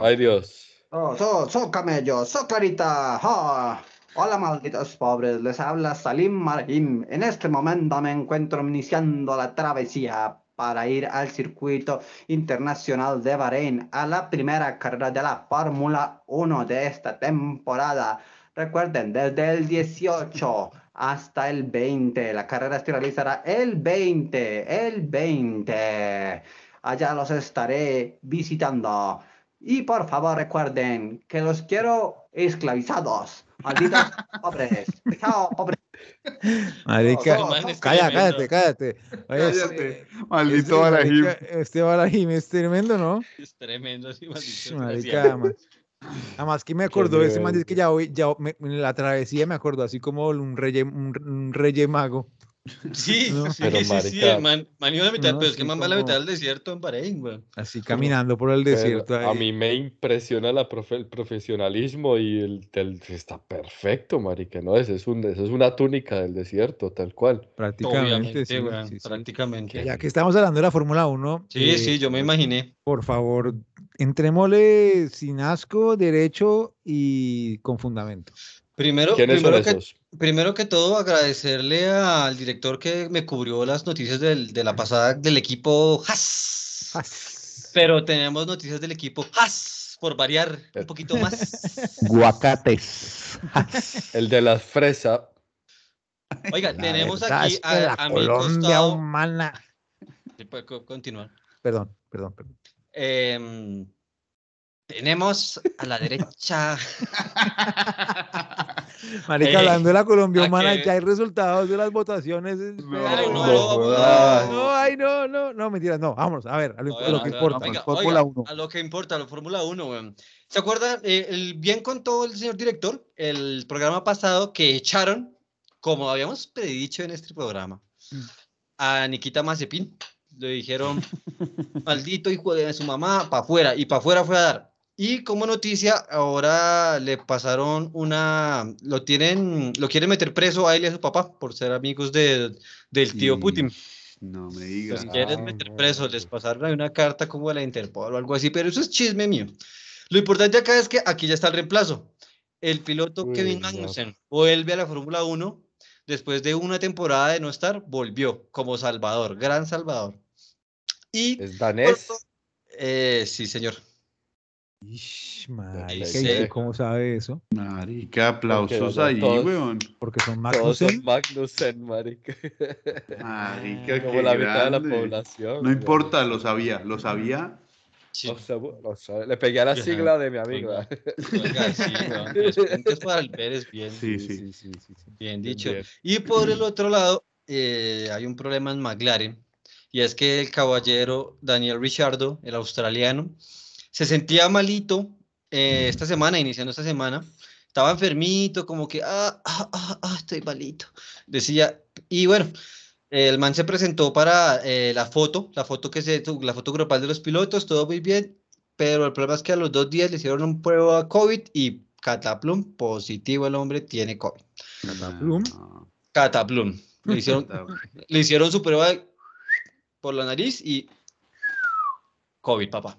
ay Dios. Oh, so, so camello, so carita. ja. Hola, malditos pobres. Les habla Salim Marhim. En este momento me encuentro iniciando la travesía para ir al circuito internacional de Bahrein a la primera carrera de la Fórmula 1 de esta temporada. Recuerden, desde el 18 hasta el 20. La carrera se realizará el 20, el 20. Allá los estaré visitando. Y por favor recuerden que los quiero esclavizados, malditos pobres. Chao, pobres. Marica, no, Imagen calla, cállate, tremenda. cállate. Oye, este- Cállate, este maldito Barajim. marica- Este Barajim es tremendo, ¿no? Es tremendo, sí, Sí, maldito Marica, desgraciado. man. Además que me Qué acordó ese man, nivel, es que ya hoy, ya me- en la travesía me acordó así como un rey, un, un rey mago. Sí, No, sí, pero sí, sí, sí, marica. el man, man iba a la mitad, No, pero es que sí, man va a la como- mitad del desierto en Bahrein, güey. Así caminando por el Pero desierto. a ahí. mí me impresiona la profe- el profesionalismo y el, del- está perfecto, marica, ¿no? Ese es un, eso es una túnica del desierto, tal cual. prácticamente. Obviamente, sí, güey, sí, sí. prácticamente. Ya que estamos hablando de la Fórmula 1, Sí, eh, sí, yo me imaginé. por favor, entrémosle sin asco, derecho y con fundamento. Primero, ¿Quiénes son primero, que, esos? primero que todo, agradecerle al director que me cubrió las noticias del- de la pasada del equipo Haas. Pero tenemos noticias del equipo Haas, por variar un poquito más. Guacates. El de las fresas. Oiga, La tenemos verdad aquí es que a, la a mi Colombia costado- humana. Sí, puede co- Continuar. Perdón, perdón, perdón. Em, tenemos a la derecha. Marica, Eh, hablando de la Colombia ¿a humana, qué? ya hay resultados de las votaciones. es- No, Ay, no, no vamos, jodas. No, ay, no, no, no, mentira, no, vámonos, a ver, a lo, Oiga, a lo que oiga, importa. pues, oiga, Fórmula oiga, 1. A lo que importa, la Fórmula 1, weón. ¿Se acuerdan? Eh, el, bien contó el señor director el programa pasado que echaron, como habíamos predicho en este programa, Mm. a Nikita Mazepin. Le dijeron, maldito hijo de su mamá, para afuera, y para afuera fue a dar. Y como noticia, ahora le pasaron una, lo tienen, lo quieren meter preso a él y a su papá por ser amigos de, del tío Y- Putin. No Los me digas. quieren Ah, meter no. presos, les pasaron ahí una carta como de la Interpol o algo así, pero eso es chisme mío. Lo importante acá es que aquí ya está el reemplazo. El piloto Uy, Kevin ya. Magnussen vuelve a la Fórmula 1 después de una temporada de no estar, volvió como salvador, gran salvador. Y, Es danés. eh, sí, señor. Ish, Ahí marica, se- ¿y cómo sabe eso? Marica, aplausos Porque, o sea, ahí, todos- weón. Porque son Todos son Magnussen. Magnussen, marica. Marica, Como qué la mitad de la grande. población. No güey. importa, lo sabía, lo sabía. Sí. O sea, bu- o sea, le pegué a la Ajá. sigla de mi amiga. Oiga, sí, weón, tres puntos para el Pérez, bien, Sí, sí, sí. sí, sí. bien dicho. Bien. Y por el otro lado, eh, hay un problema en McLaren, y es que el caballero Daniel Richardo, el australiano, se sentía malito eh, esta semana, iniciando esta semana. Estaba enfermito, como que, ah, ah, ah, ah, estoy malito. Decía, y bueno, el man se presentó para eh, la foto, la foto que se, tu- la foto grupal de los pilotos, todo muy bien, pero el problema es que a los dos días le hicieron un prueba de COVID y cataplum, positivo el hombre, tiene COVID. Cataplum. No. Cataplum. Le hicieron, le hicieron su prueba de- por la nariz y COVID, papá.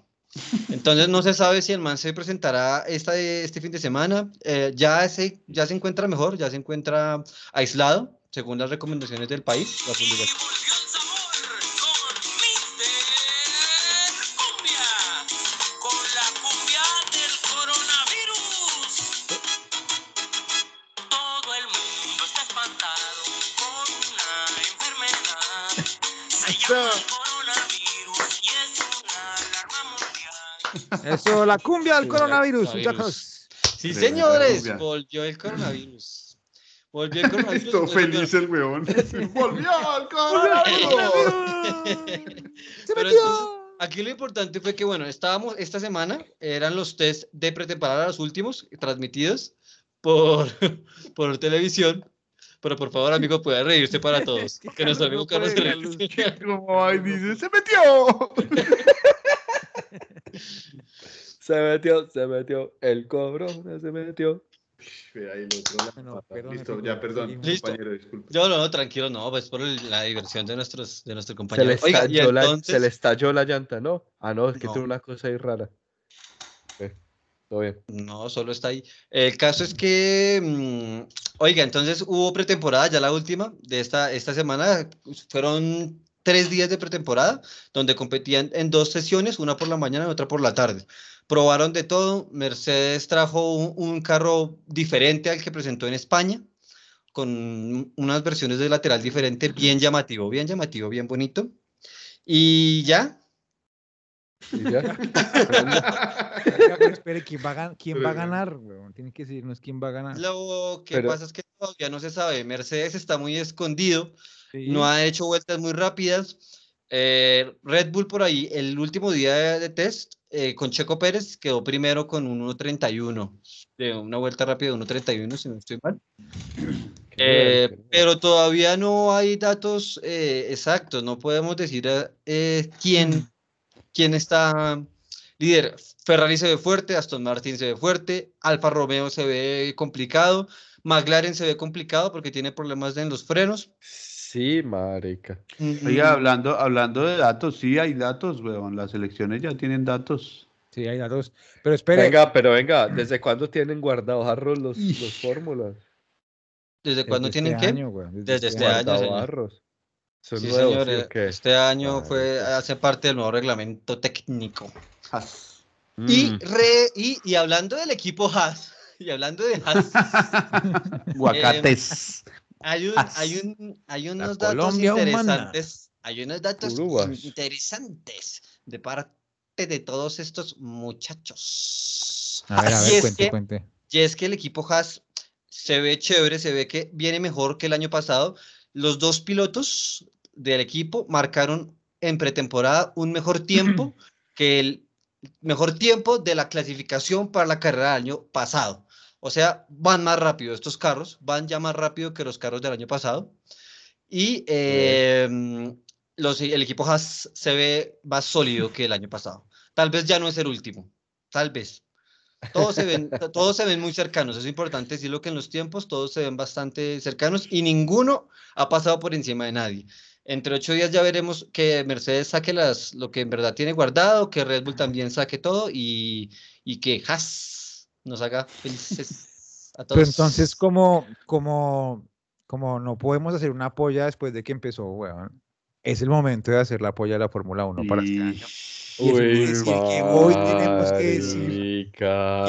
Entonces no se sabe si el man se presentará esta, este fin de semana. Eh, ya, se, ya se encuentra mejor, ya se encuentra aislado, según las recomendaciones del país. la publicación. Todo el mundo está espantado con una enfermedad. Se llama el coronavirus y es una alarma mundial. Eso, la cumbia del Sí, coronavirus, coronavirus. muchachos. Sí, Tremenda señores, rubia. volvió el coronavirus. Volvió el coronavirus. Estuvo volvió el feliz el weón. Volvió al ¡Volvió el coronavirus. coronavirus! ¡Se Pero metió! Aquí lo importante fue que, bueno, estábamos esta semana, eran los test de pretemporada, los últimos, transmitidos por, por televisión. Pero por favor, amigo, pueda reírse para todos. Que nuestro amigo Carlos se ríe. Como ahí dice, se metió. Se metió, se metió, el cobro se metió. Ve ahí el otro, la Bueno, pata. Ah, perdón, Listo, amigo, ya, perdón, seguimos. Listo. compañero, disculpe. Yo, no, no, tranquilo, no, pues por el- la diversión de, nuestros, de nuestro Se le, compañero. Oiga, y estalló la, se entonces, le estalló la llanta, ¿no? Ah, no, es que No. tiene una cosa ahí rara. Eh, todo bien. No, solo está ahí. El caso es que, mm, oiga, entonces hubo pretemporada, ya la última de esta, esta semana. Fueron tres días de pretemporada donde competían en dos sesiones, una por la mañana y otra por la tarde. Probaron de todo. Mercedes trajo un, un carro diferente al que presentó en España, con unas versiones de lateral diferente, bien llamativo, bien llamativo, bien bonito. Y ya, ¿Y ya? Oiga, pero espere, ¿quién va a, gan- quién Pero va a ya. ganar? weón? Tienen que decirnos quién va a ganar. lo que Pero- pasa es que todavía no se sabe. Mercedes está muy escondido. Sí. no ha hecho vueltas muy rápidas. Eh, Red Bull por ahí, el último día de, de test, eh, con Checo Pérez quedó primero con 1.31, de una vuelta rápida de 1.31, si no estoy mal. Qué Eh, bien, qué bien. pero todavía no hay datos eh, exactos, no podemos decir eh, eh, quién, quién está líder. Ferrari se ve fuerte, Aston Martin se ve fuerte, Alfa Romeo se ve complicado, McLaren se ve complicado porque tiene problemas en los frenos. Sí, marica. Mm, Oiga, hablando, hablando de datos, sí hay datos, weón. Las elecciones ya tienen datos. Sí, hay datos. Pero espere, venga, pero venga, ¿desde cuándo tienen guardabarros los, los fórmulas? eh, ¿Desde desde cuándo este tienen que? año, weón, Desde este año, señor. Guardabarros. Son Sí, nuevos, señor, pues, ¿sí o eh, qué? Este año Ay, fue, pues. hace parte del nuevo reglamento técnico. As. Y, Mm, re- y, y hablando del equipo Haas, y hablando de Haas, Guacates. hay, un, Haas. hay, un, hay unos datos Colombia humana. interesantes. Hay unos datos Urubas. interesantes de parte de todos estos muchachos. A ver, a Y ver, es cuente, que- cuente. Y es que el equipo Haas se ve chévere, se ve que viene mejor que el año pasado. Los dos pilotos del equipo marcaron en pretemporada un mejor tiempo que el mejor tiempo de la clasificación para la carrera del año pasado. O sea, van más rápido estos carros, van ya más rápido que los carros del año pasado. Y eh, los, el equipo Haas se ve más sólido que el año pasado. Tal vez ya no es el último, tal vez. Todos se ven, to- todos se ven muy cercanos, es importante decirlo que en los tiempos todos se ven bastante cercanos y ninguno ha pasado por encima de nadie. Entre ocho días ya veremos que Mercedes saque las, lo que en verdad tiene guardado, que Red Bull también saque todo y, y que Haas nos haga felices a todos. Pero Pues, entonces, como, como, como no podemos hacer una polla después de que empezó, weón, es el momento de hacer la polla de la Fórmula 1 para este año. Y eso quiere decir que hoy tenemos que decir, marica.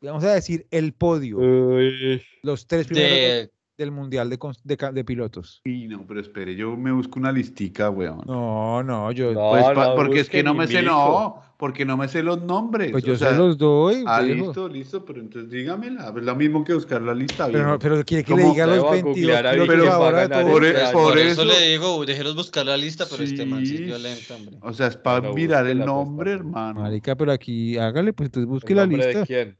que- vamos a decir el Eh, podio, Uy. los tres primeros de, del Mundial de, cons- de ca- de Pilotos. Y no, pero espere, yo me busco una listica, weón. No, no, yo, No, Pues pa- porque es busque que no ni me sé, mico. no, porque no me sé los nombres. pues o yo sea, se los doy, Ah, viejo. listo, listo, pero entonces dígamela. Es lo mismo que buscar la lista. pero, no- viejo. pero quiere que le ¿Cómo diga a te los va a 22 googlear ahí pilotos quién va a ahora de ganar todo Por el e- mundo? por por eso- eso le digo, déjelos buscar la lista, pero este man sí es Sí, violento, hombre. O sea, es para Pero mirar el búsquela, pues, nombre, también. hermano. Marica, pero aquí hágale, pues entonces busque ¿En la nombre lista. de quién?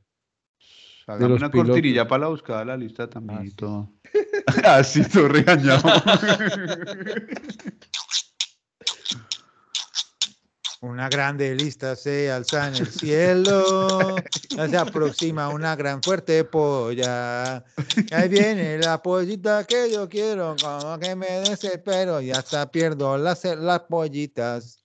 Hágame los una pilotos. cortinilla para la buscada de la lista también Ah, y sí. todo. Así estoy regañado. Una grande lista se alza en el cielo, ya se aproxima una gran fuerte polla. Ahí viene la pollita que yo quiero, como que me desespero y hasta pierdo las, ce- las pollitas.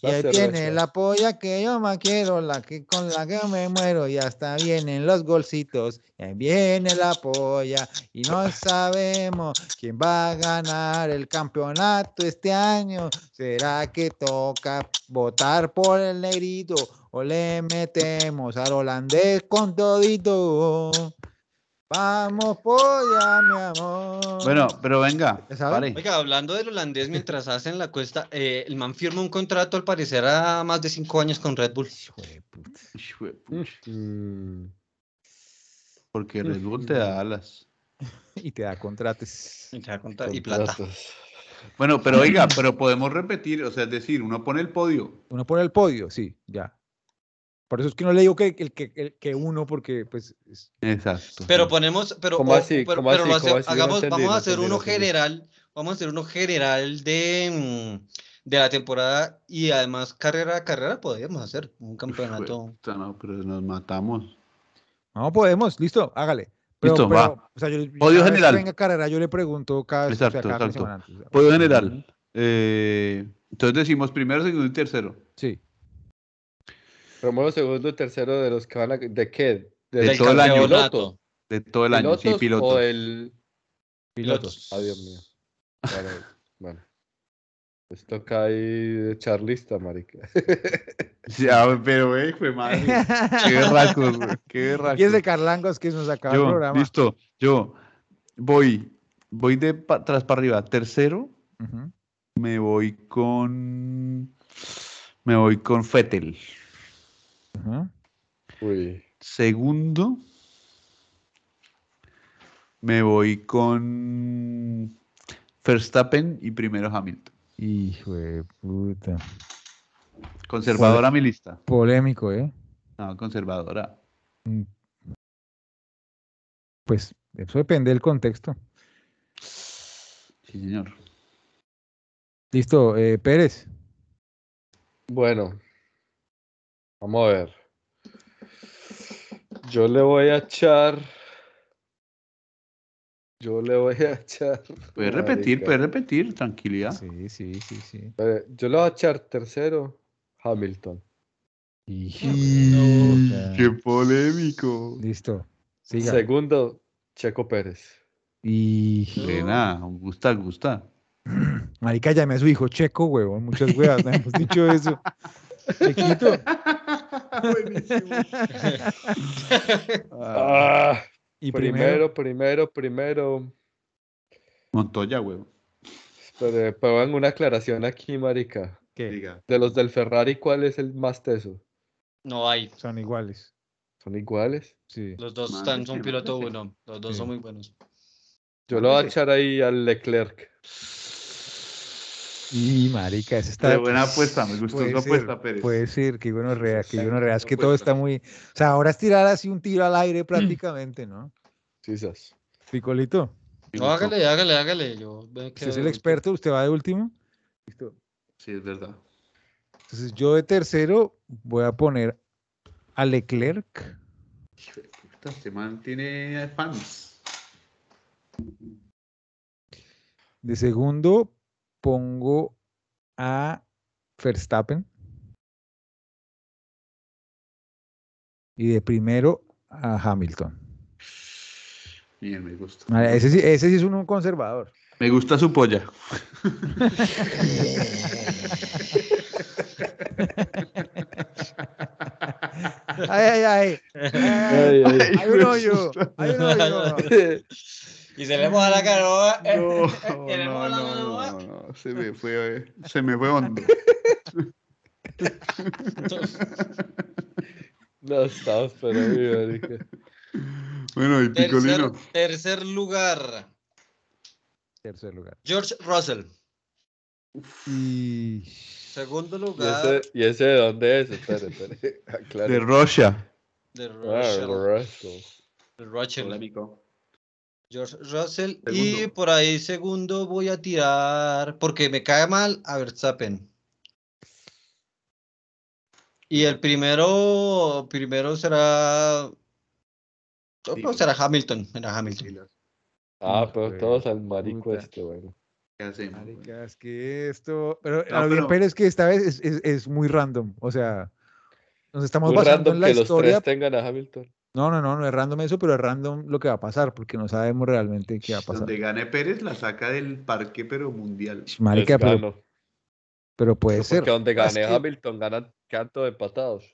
Y Las ahí viene cervezas. la polla que yo más quiero, la que con la que me muero y hasta vienen los golcitos. Y ahí viene la polla y no sabemos quién va a ganar el campeonato este año. ¿Será que toca votar por el negrito o le metemos al holandés con todito? Vamos, polla, mi amor. bueno, pero venga. ¿Ya saben? pare. Oiga, hablando del holandés, mientras hacen la cuesta, eh, el man firma un contrato al parecer a más de cinco años con Red Bull. Hijo de puta. Hijo de pucha, Mm, Porque Mm. Red Bull te da alas. Y te da contratos. Y te va a contar- y plata. contratos. Bueno, pero oiga, pero podemos repetir, o sea, es decir, uno pone el podio. Uno por el podio, sí, ya. Por eso es que no le digo que, que, que, que- que uno, porque pues es- Exacto. Pero ponemos, pero, ¿Cómo o- así? pero, ¿Cómo pero así? lo hace- ¿Cómo así? No hagamos, entendí, vamos no a hacer entendí, uno no entendí. general, vamos a hacer uno general de, mm, de la temporada y además carrera a carrera podemos hacer un campeonato. Puta, no, pero nos matamos. No podemos, listo, hágale. Pero, Listo, pero, va. O sea, yo, yo Podio cada vez que general. Venga carrera, yo le pregunto cada, o sea, Exacto, cada exacto. semana antes. Puedo general. Mm. Eh, entonces decimos primero, segundo y tercero. Sí. Romulo segundo y tercero de los que van a... ¿De qué? ¿De, De los todo el año. campeonato. De todo el año. pilotos Sí, o piloto. del... Pilotos. Ah, Dios mío. Bueno, bueno. Pues toca ahí echar lista, marica. Ya, pero, eh, hijo de madre. Qué berracos, güey, Qué berracos. Y es de Carlangos que nos acaba el Yo, programa. listo. Yo voy, voy de pa- tras para arriba. Tercero, Ujú. me voy con. Me voy con Fettel. Ujú. Uy. Segundo, me voy con Verstappen y primero Hamilton. Hijo de puta. Conservadora mi lista. Polémico, ¿eh? No, conservadora. Pues eso depende del contexto. Sí, señor. Listo, eh, Pérez. Bueno. Vamos a ver. Yo le voy a echar... Yo le voy a echar... Puede repetir, Marica. puede repetir, tranquilidad. Sí, sí, sí, sí. eh, Yo le voy a echar tercero, Hamilton. Hijo Y- de ¡Qué puta. polémico! Listo. Siga. Segundo, Checo Pérez. Hijo- Buena, gusta, gusta. Marica, llamé a su hijo Checo, huevón. Muchas huevas, no hemos dicho eso. Chequito. Buenísimo. Ah, Y primero. primero, primero, primero. Montoya, huevo. Pero, pero hagan una aclaración aquí, marica. ¿qué? Diga. De los del Ferrari, ¿cuál es el más teso? No hay. Son iguales. ¿Son iguales? Sí. Los dos Madre están, son mía. piloto uno. Los dos Sí. son muy buenos. Yo lo voy a echar ahí al Leclerc. Y marica, esa está. Qué buena apuesta, me gustó Puede su ser, apuesta, Pérez. Puede ser, que bueno rea, que bueno rea. Es buena que todo está apuesta. muy. O sea, ahora es tirar así un tiro al aire prácticamente, ¿no? Quizás. Picolito, Me No, gustó. hágale, hágale, hágale. Yo veo que- usted es el experto, usted va de último. Sí, es verdad. Entonces, yo de tercero voy a poner a Leclerc. Puta, Este man tiene fans. De segundo, pongo a Verstappen. Y de primero a Hamilton. Bien, me gusta. Ah, Ese sí, ese sí es un conservador. Me gusta su polla. Ay, ay, ay. ay. Ay, ay. Eh, Hay un hoyo. Hay un hoyo. Y se le moja la eh, cara. ¿no? No, Y le moja no, la no, mano, no, no, se me fue, eh, se me fue hondo. No estás, pero ahí, marica. Bueno, y Tercer, Picolino. tercer lugar. Tercer lugar. George Russell. Y Segundo ¿Y este, lugar. Ah. ese, ¿Y ese de dónde es? Espere, espere. Aclare. De Rocha. De Ah, Russell. Russell. de Russell. Polémico. George Russell. Y Segundo. por ahí segundo voy a tirar, porque me cae mal a Verstappen. Y el primero, primero será... no, Diga. no, será Hamilton, era Hamilton. Dilo, Ah, No, pero pues, todos al marico puta. este, bueno. ¿Qué hacemos? marica, es que esto. Pero No, a lo bien, pero- pero es que esta vez es, es- es muy random. O sea, nos estamos Muy basando en random la que los historia. tres tengan a Hamilton. No, no, no, no es random eso, pero es random lo que va a pasar, porque no sabemos realmente qué va a pasar. Donde gane Pérez la saca del parque, pero mundial. Marica, Les pero, gano. pero puede Pues Porque ser. donde Es gane que- Hamilton, ganan canto de empatados.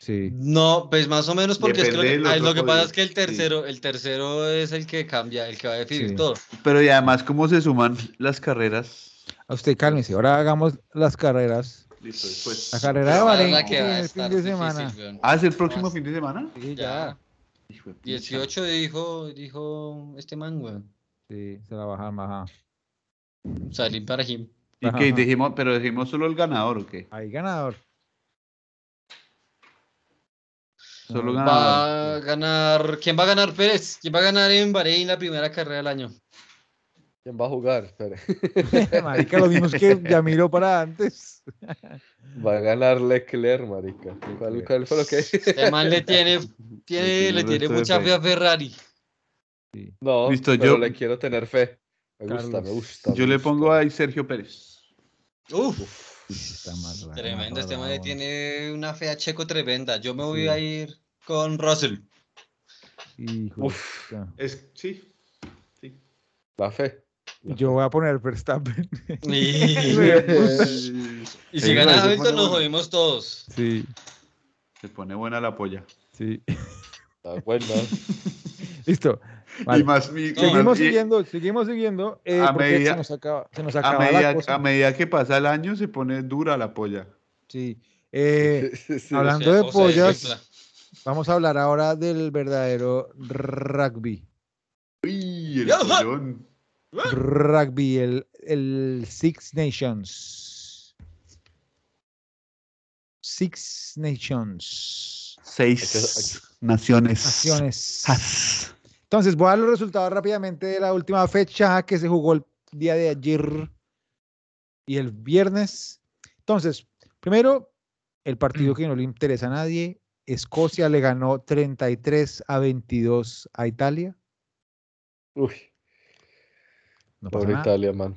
Sí. No, pues más o menos porque es que lo Depende que, del ah, otro lo que pasa podio, es que el sí. tercero, el tercero es el que cambia, el que va a definir Sí. todo. Pero y además, ¿cómo se suman las carreras? A usted cálmese. Ahora hagamos las carreras. Listo, después. La carrera de La verdad Valencia que va a el estar fin de difícil, semana. weón. Ah, ¿es el próximo fin de semana? Sí, Ya. ya. 18 dijo, dijo este man, weón. Sí, se la baja, baja. Salim Barajim. ¿Y que dijimos, pero dijimos solo el ganador o qué? Ahí ganador. Ah. Solo Ah, ganador. Va a ganar. ¿Quién va a ganar Pérez? ¿Quién va a ganar en Bahrein la primera carrera del año? ¿Quién va a jugar? Espere. Marica, lo mismo es que ya miró para antes. Va a ganar Leclerc, marica. ¿Cuál, cuál fue lo que Este man le tiene, tiene, Sí, le no tiene estoy mucha fe. fe a Ferrari. No, Listo, pero yo- le quiero tener fe. Me gusta, me Carlos, gusta. me Yo le gusta. pongo ahí Sergio Pérez. Uf, Está más raro, tremendo. Este bravo. man le tiene una fe a Checo tremenda. Yo me voy Sí. a ir con Russell. Hijo de puta. Es, sí. La fe. Yo voy a poner Verstappen. Y, Eh, pues. y si Sí, gana se pone Hamilton, nos bueno. jodimos todos. Sí, Se pone buena la polla. sí. La buena. Listo. Vale. Y más mi- No, Seguimos y- siguiendo, seguimos siguiendo. eh, A porque medida- se nos acaba, se nos A acaba la medida, cosa. a medida que pasa el año se pone dura la polla. Sí. Eh, Sí, sí. hablando de O sea, pollas, o sea, vamos a hablar ahora del verdadero rugby. Uy, el Ya. pollón. Rugby, el, el Six Nations. Six Nations. Seis naciones. Naciones. As. Entonces, voy a dar los resultados rápidamente de la última fecha que se jugó el día de ayer y el viernes. Entonces, primero, el Mm. partido que no le interesa a nadie. Escocia le ganó 33 a 22 a Italia. Uy, No pasa pobre nada. Italia, man.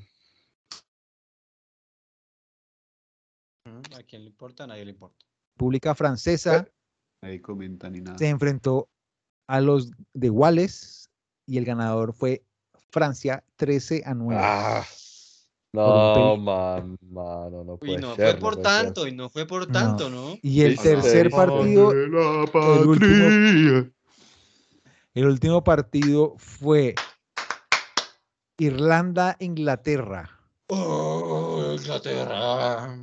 Pues, ¿A quién le importa? A nadie le importa. República Francesa Ahí comenta ni nada. se enfrentó a los de Wales y el ganador fue Francia 13 a 9. Ah, Por no, man, mano, no puede Y no ser, fue por puede ser. tanto, y no fue por No. tanto, ¿no? y el sí, sí, tercer sí. partido, De la el último patria. El último partido fue Irlanda-Inglaterra Oh, Inglaterra.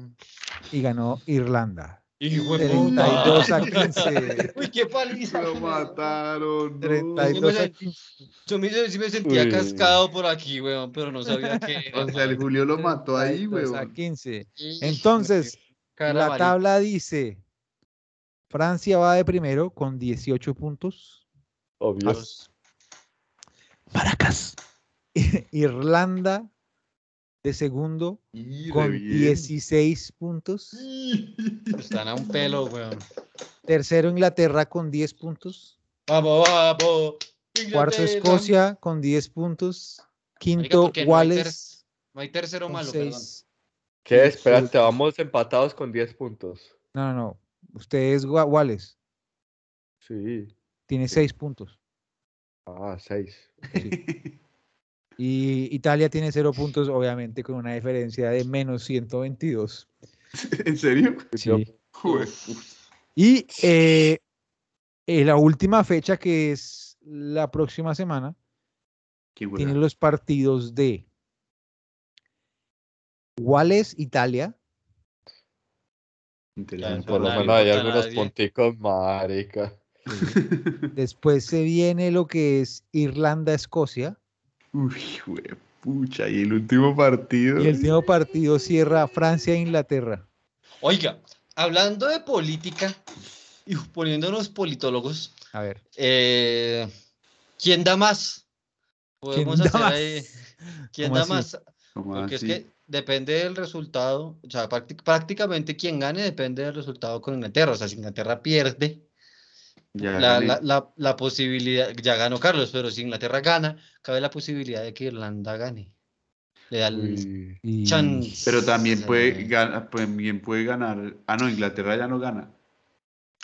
y ganó Irlanda. Hijo de puta. 32 a 15. Uy, qué paliza. Lo mataron. no. 32 a 15. Yo me, yo sí me sentía Uy. cascado por aquí, weón, pero no sabía qué era. O sea, el Julio lo mató ahí, 32 a weón. 15. Y- Entonces, Cara la varita. tabla dice: Francia va de primero con 18 puntos. Obvio. Maracas. Irlanda de segundo Y re con bien. 16 puntos. Están a un pelo, weón. Tercero, Inglaterra con 10 puntos. Vamos, vamos. Cuarto Inglaterra. Escocia con 10 puntos. Quinto ¿por qué no hay Wales No hay tercero con malo, perdón. 6. ¿Qué? Espérate, vamos empatados con 10 puntos. No, no, no. Usted es Gua- Wales. Sí. Tiene 6 puntos. Ah, 6. Y Italia tiene 0 puntos, obviamente, con una diferencia de menos 122. ¿En serio? Sí. Joder. Y eh, eh, la última fecha, que es la próxima semana, Qué buena. tiene los partidos de Wales, Italia. Interesante. Por lo Nadie menos hay vota a algunos nadie. punticos, marica. Después se viene lo que es Irlanda, Escocia. Uy, güey, pucha, y el último partido. Y el último partido cierra Francia e Inglaterra. Oiga, hablando de política y poniéndonos politólogos, A ver. eh, ¿quién da más? Podemos da hacer más? ahí. ¿Quién ¿Cómo da así? más? ¿Cómo Porque así? es que depende del resultado, o sea, prácti- prácticamente quien gane depende del resultado con Inglaterra. O sea, si Inglaterra pierde, Ya la, gané. la- la- la posibilidad, ya ganó Carlos, pero si Inglaterra gana, cabe la posibilidad de que Irlanda gane. Le da el Uy. Y- chance. Pero también puede, ganar, también puede ganar. Ah, no, Inglaterra ya no gana.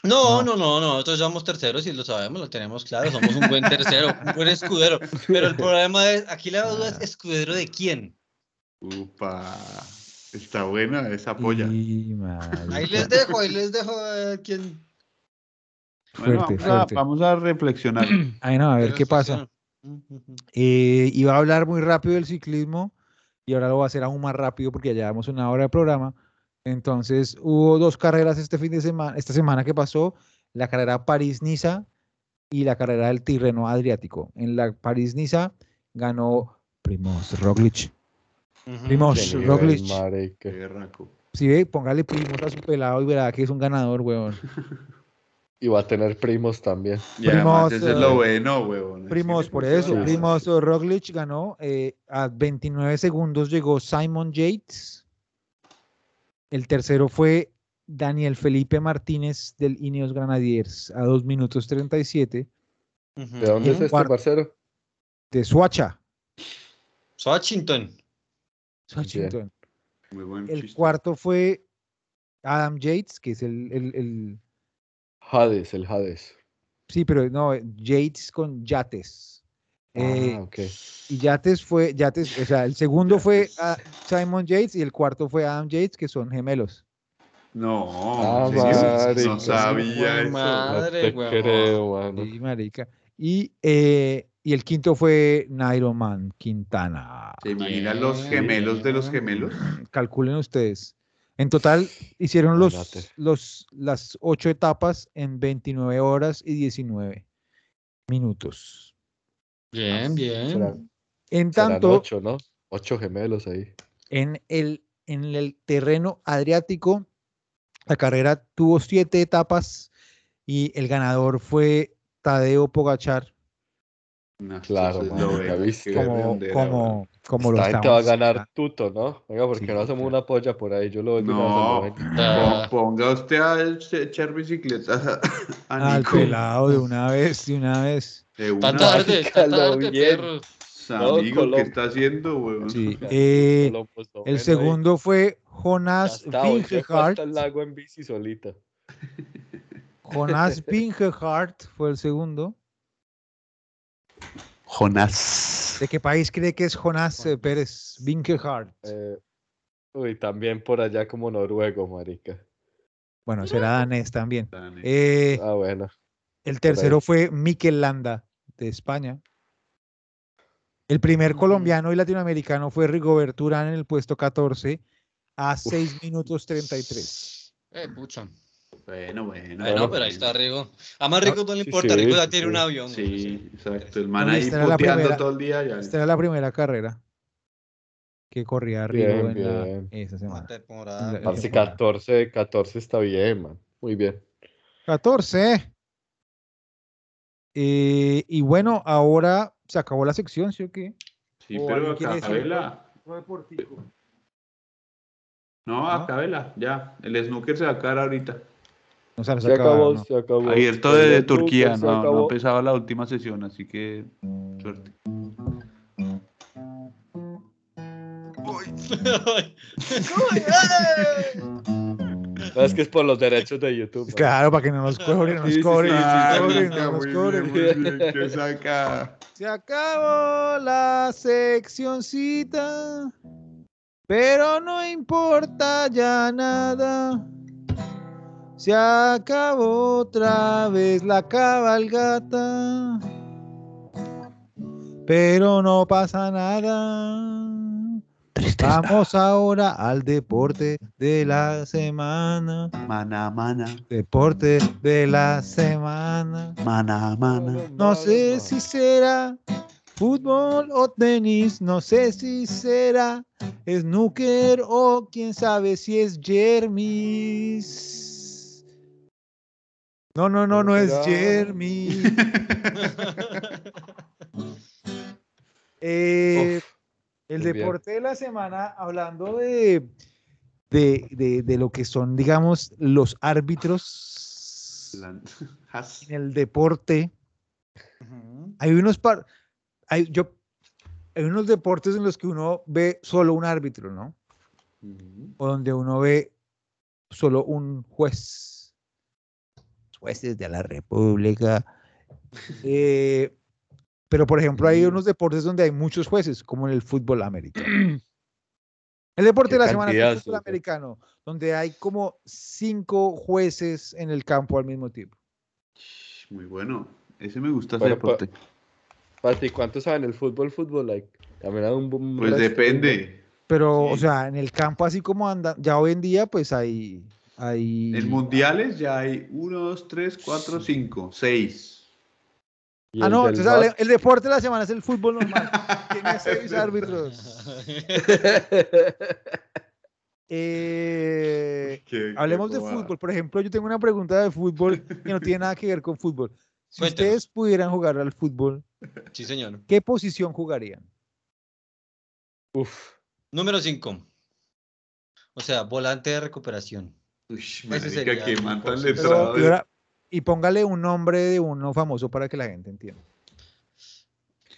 No, No. no, no, no, nosotros somos terceros y lo sabemos, lo tenemos claro, somos un buen tercero, un buen escudero. Pero el problema es, aquí la duda Ah. es escudero de quién. Upa, está buena esa polla. Y, marica, Ahí les dejo, ahí les dejo a quién. Bueno, vamos, Fuerte, a, fuerte. vamos a reflexionar. Ay, no, a ver qué pasa. Eh, iba a hablar muy rápido del ciclismo y ahora lo voy a hacer aún más rápido porque ya llevamos una hora de programa. Entonces, hubo dos carreras este fin de semana, esta semana que pasó, la carrera París-Niza y la carrera del Tirreno Adriático. En la París-Niza ganó Primoz Roglic. Ujú. Primos, Qué nivel, Oh, Roglic. marica. berraco. Si ve, póngale primos a su pelado y verá que es un ganador, weón. Y va a tener primos también. Y Primos, además, eso es eh, lo bueno, huevón. es Primos, que por le eso, funciona. primos, Roglic ganó. eh, a 29 segundos llegó Simon Yates. El tercero fue Daniel Felipe Martínez del Ineos Granadiers a 2 minutos 37 Ujú. ¿De dónde es este Cuarto. parcero? de Suacha, Washington. Suachington. Muy buen El chiste. cuarto fue Adam Yates, que es el, el- el- Hades, el Hades. Sí, pero no, eh, Yates con Yates. Eh, ah, ok. Y Yates fue, Yates, o sea, el segundo fue a Simon Yates y el cuarto fue Adam Yates, que son gemelos. No, Ah, señor, marica, no sabía qué eso. mal. No Madre, te huevón. creo, mano. Sí, marica. Y, eh, y el quinto fue Nairoman Quintana. ¿Se imaginan los Bien. gemelos de los gemelos? Calculen ustedes. En total hicieron los, Andate. los, las ocho etapas en 29 horas y 19 minutos. Bien, bien. Serán, En serán tanto, ocho, ¿no? Ocho gemelos ahí. en el, en el terreno adriático. La carrera tuvo siete etapas y el ganador fue Tadeo Pogachar, No, Claro, eso es marica, lo bueno, ¿viste? qué como, redondera, huevón. como, como lo Esta gente va a estábamos ganar hablando. tuto, ¿no? Venga, porque Sí, no hacemos claro. una polla por ahí. Yo lo vendo No. Ah, Pon- Ponga usted a echar bicicletas a, a Al Nico. pelado de una vez, de una vez. De No, Está una tarde, marica, está lo tarde, bien. perro. No, amigo Colombo. que está haciendo, huevón. Sí. eh, pues, el segundo fue Jonas Vingegaard. el Vingegaard. lago en bici solita. Jonas Vingegaard fue el segundo. Jonás. ¿De qué país cree que es Jonas eh, Pérez Vingegaard? Eh, uy, también por allá como noruego, marica. Bueno, será danés también. Tan- Eh, Ah, bueno. El por ahí. tercero fue Mikel Landa, de España. El primer Ujú. colombiano y latinoamericano fue Rigoberto Urán en el puesto 14 a 6 minutos 33. Eh, pucha. Bueno, bueno. Bueno, pero ahí está Rigo. A más Rigo no le sí, importa, sí, Rigo ya sí, tiene un sí. avión. güey, Sí, exacto. El man No, y ahí esta era la puteando primera. todo el día. Ya. Esta era la primera carrera que corría Rigo Bien, en la- bien. esa Una semana. temporada. La- Parce, temporada. 14, 14 está bien, man. Muy bien. 14. Eh, y bueno, ahora se acabó la sección, ¿sí o qué? Sí, Oh, pero ¿alguien quiere decir acabela. No, acabela, ya. El snooker se va a acabar ahorita. No se nos Se acabó, acabaron, ¿no? se acabó. Abierto de Perdió Turquía, Tuto, no, se pues, no acabó. Mm. empezaba la última sesión, así que suerte. No, es que es por los derechos de YouTube. man. Claro, para que no nos cobren, Sí, nos sí, sí, cobren, sí, nos sí, cobren, marica, nos muy cobren. bien, muy bien, ¿Qué saca? Se acabó la seccioncita, pero no importa ya nada. Se acabó otra vez la cabalgata, pero no pasa nada. Vamos ahora al deporte de la semana. Mana, mana, Deporte de la semana. mana, mana. No sé si man. será fútbol o tenis, no sé si será snooker o quién sabe si es Jermis. No, no, no, ¿Cómo no es será? Jermis. Eh, el muy bien. deporte de la semana, hablando de, de, de- de lo que son, digamos, los árbitros Lan- Has- en el deporte. Ujú. hay unos par- hay, yo, hay unos deportes en los que uno ve solo un árbitro, ¿no? mm, O donde uno ve solo un juez. Jueces de la República. Eh, pero, por ejemplo, hay unos deportes donde hay muchos jueces, como en el fútbol americano. El deporte Qué de la semana es el cantidad, fútbol ¿o qué? americano, donde hay como cinco jueces en el campo al mismo tiempo. Muy bueno. Ese me gusta ese Bueno, pa- deporte. Pati, ¿cuánto saben el fútbol? Fútbol, like. También hay un. un Pues resto de- depende. Pero, o Sí. sea, en el campo así como anda, ya hoy en día, pues hay, hay En mundiales ya hay 1, 2, 3, 4, 5, 6. Y Ah, el no, del o sea, VAR. le- el deporte de la semana es el fútbol normal. Tiene seis árbitros. Eh, Qué- qué hablemos de bobada. fútbol. Por ejemplo, yo tengo una pregunta de fútbol que no tiene nada que ver con fútbol. Si Cuéntanos. ustedes pudieran jugar al fútbol, Sí, señor. ¿qué posición jugarían? Uf, Número 5. O sea, volante de recuperación. Uy, Ese sería marica, qué mi man tan posición. Pero- letrado. y, ahora- y póngale un nombre de uno famoso para que la gente entienda.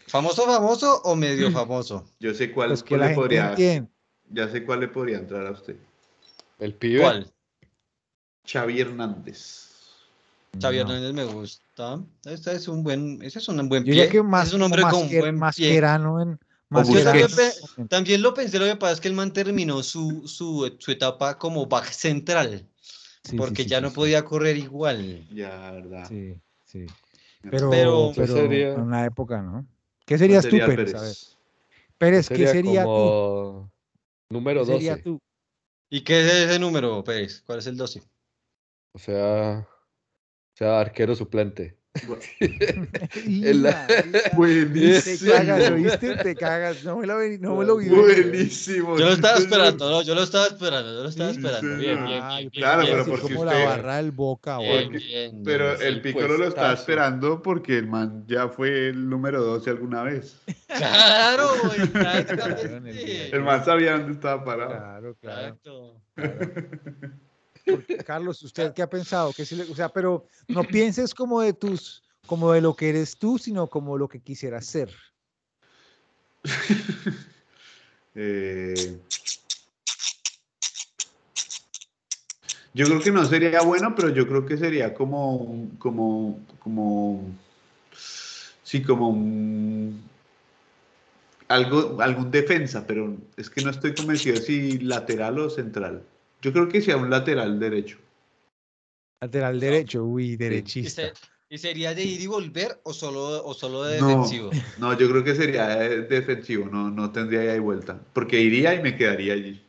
¿Famoso, famoso o medio famoso? Yo sé cuál, Pues que cuál la le gente podría. entienda. Ya sé cuál le podría entrar a usted. el pibe. ¿Cuál? Xavi Hernández. Xavi No. Hernández me gusta. Este es un buen, ese es un buen Yo pie. diría que más es un hombre con Masquer- buen pie. masquerano en Yo también, masquerano en- pe- también lo pensé, lo que pasa es que el man terminó su, su, su etapa como back central, Sí, sí, porque sí, ya sí, no sí. podía correr igual. Ya, verdad. Sí, sí. Pero, Pero- pero, Yo sería- en una época, ¿no? ¿Qué serías tú, Pues Sería Pérez? A ver, Pérez, ¿qué sería tú? Pues como ¿Qué número 12. sería tú? ¿Y qué es ese número, Pérez? ¿Cuál es el 12? O sea, o sea, arquero suplente. Y El- marica, Te Buenísimo. cagas, ¿oíste? Te cagas. No me lo vi. No me lo vi. Buenísimo. Yo lo estaba Sí, señor. esperando, no, yo lo estaba esperando, yo lo estaba Sí, esperando. sí, Bien, señor. bien, Ah, bien, yo bien, Claro, bien, pero Sí, porque como usted- la barra del boca, bien, güey. porque- bien, Pero bien. el el Piccolo lo pues, estaba puestazo. esperando porque el man ya fue el número 12 alguna vez. Claro, güey, Claro, en el exactamente. día. El man sabía dónde estaba parado. Claro, claro. Exacto. Ah. Porque, Carlos, ¿usted qué ha pensado? ¿Qué sí le- o sea, pero no pienses como de tus, como de lo que eres tú, sino como lo que quisieras ser. Eh, Yo creo que no sería bueno, pero yo creo que sería como un- como como sí, como un- algo algún defensa, pero es que no estoy convencido si lateral o central. Yo creo que sea un lateral derecho. Lateral derecho, uy, ¿Y, derechista. se- y sería de ir y volver o solo, o solo de No. defensivo? No, yo creo que sería eh, defensivo, no, no tendría ida y vuelta, porque iría y me quedaría allí.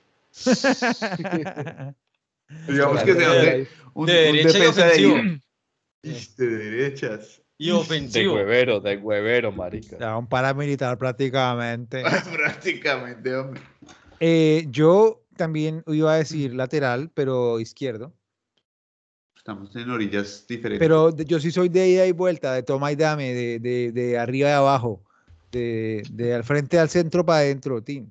Digamos que sea un, de- un- De un derecha y defensa de, ofensivo. ir- Este, de derechas. Y De ofensivo. huevero, de huevero, marica. Ya, un paramilitar prácticamente. Prácticamente, hombre. Eh, yo también iba a decir lateral, pero izquierdo. Estamos en orillas diferentes. Pero de- yo sí soy de ida y vuelta, de toma y dame, de, de, de arriba y abajo, de, de al frente al centro para adentro, Tim.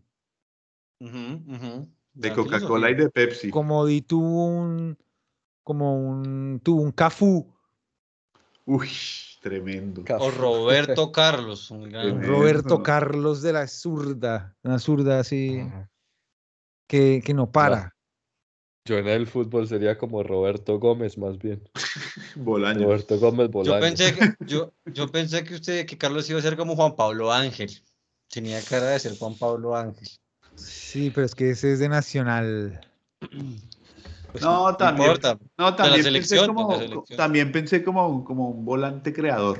Ujú, ujú. de Ya, Coca-Cola y filosofía. de Pepsi. Como di tú un, como un, tú un Cafú, Uy, tremendo. O Roberto Carlos, un gran- un Eso. Roberto Carlos de la zurda, una zurda así Ajá. que, que no para. Yo en el fútbol sería como Roberto Gómez, más bien. Bolaños. Roberto Gómez Yo Bolaños. pensé, que, yo, yo pensé que usted, que Carlos iba a ser como Juan Pablo Ángel. Tenía cara de ser Juan Pablo Ángel. Sí, pero es que ese es de Nacional. No, también. Pues importa. No, también pensé selección, de la como, selección. también pensé como, como un volante creador.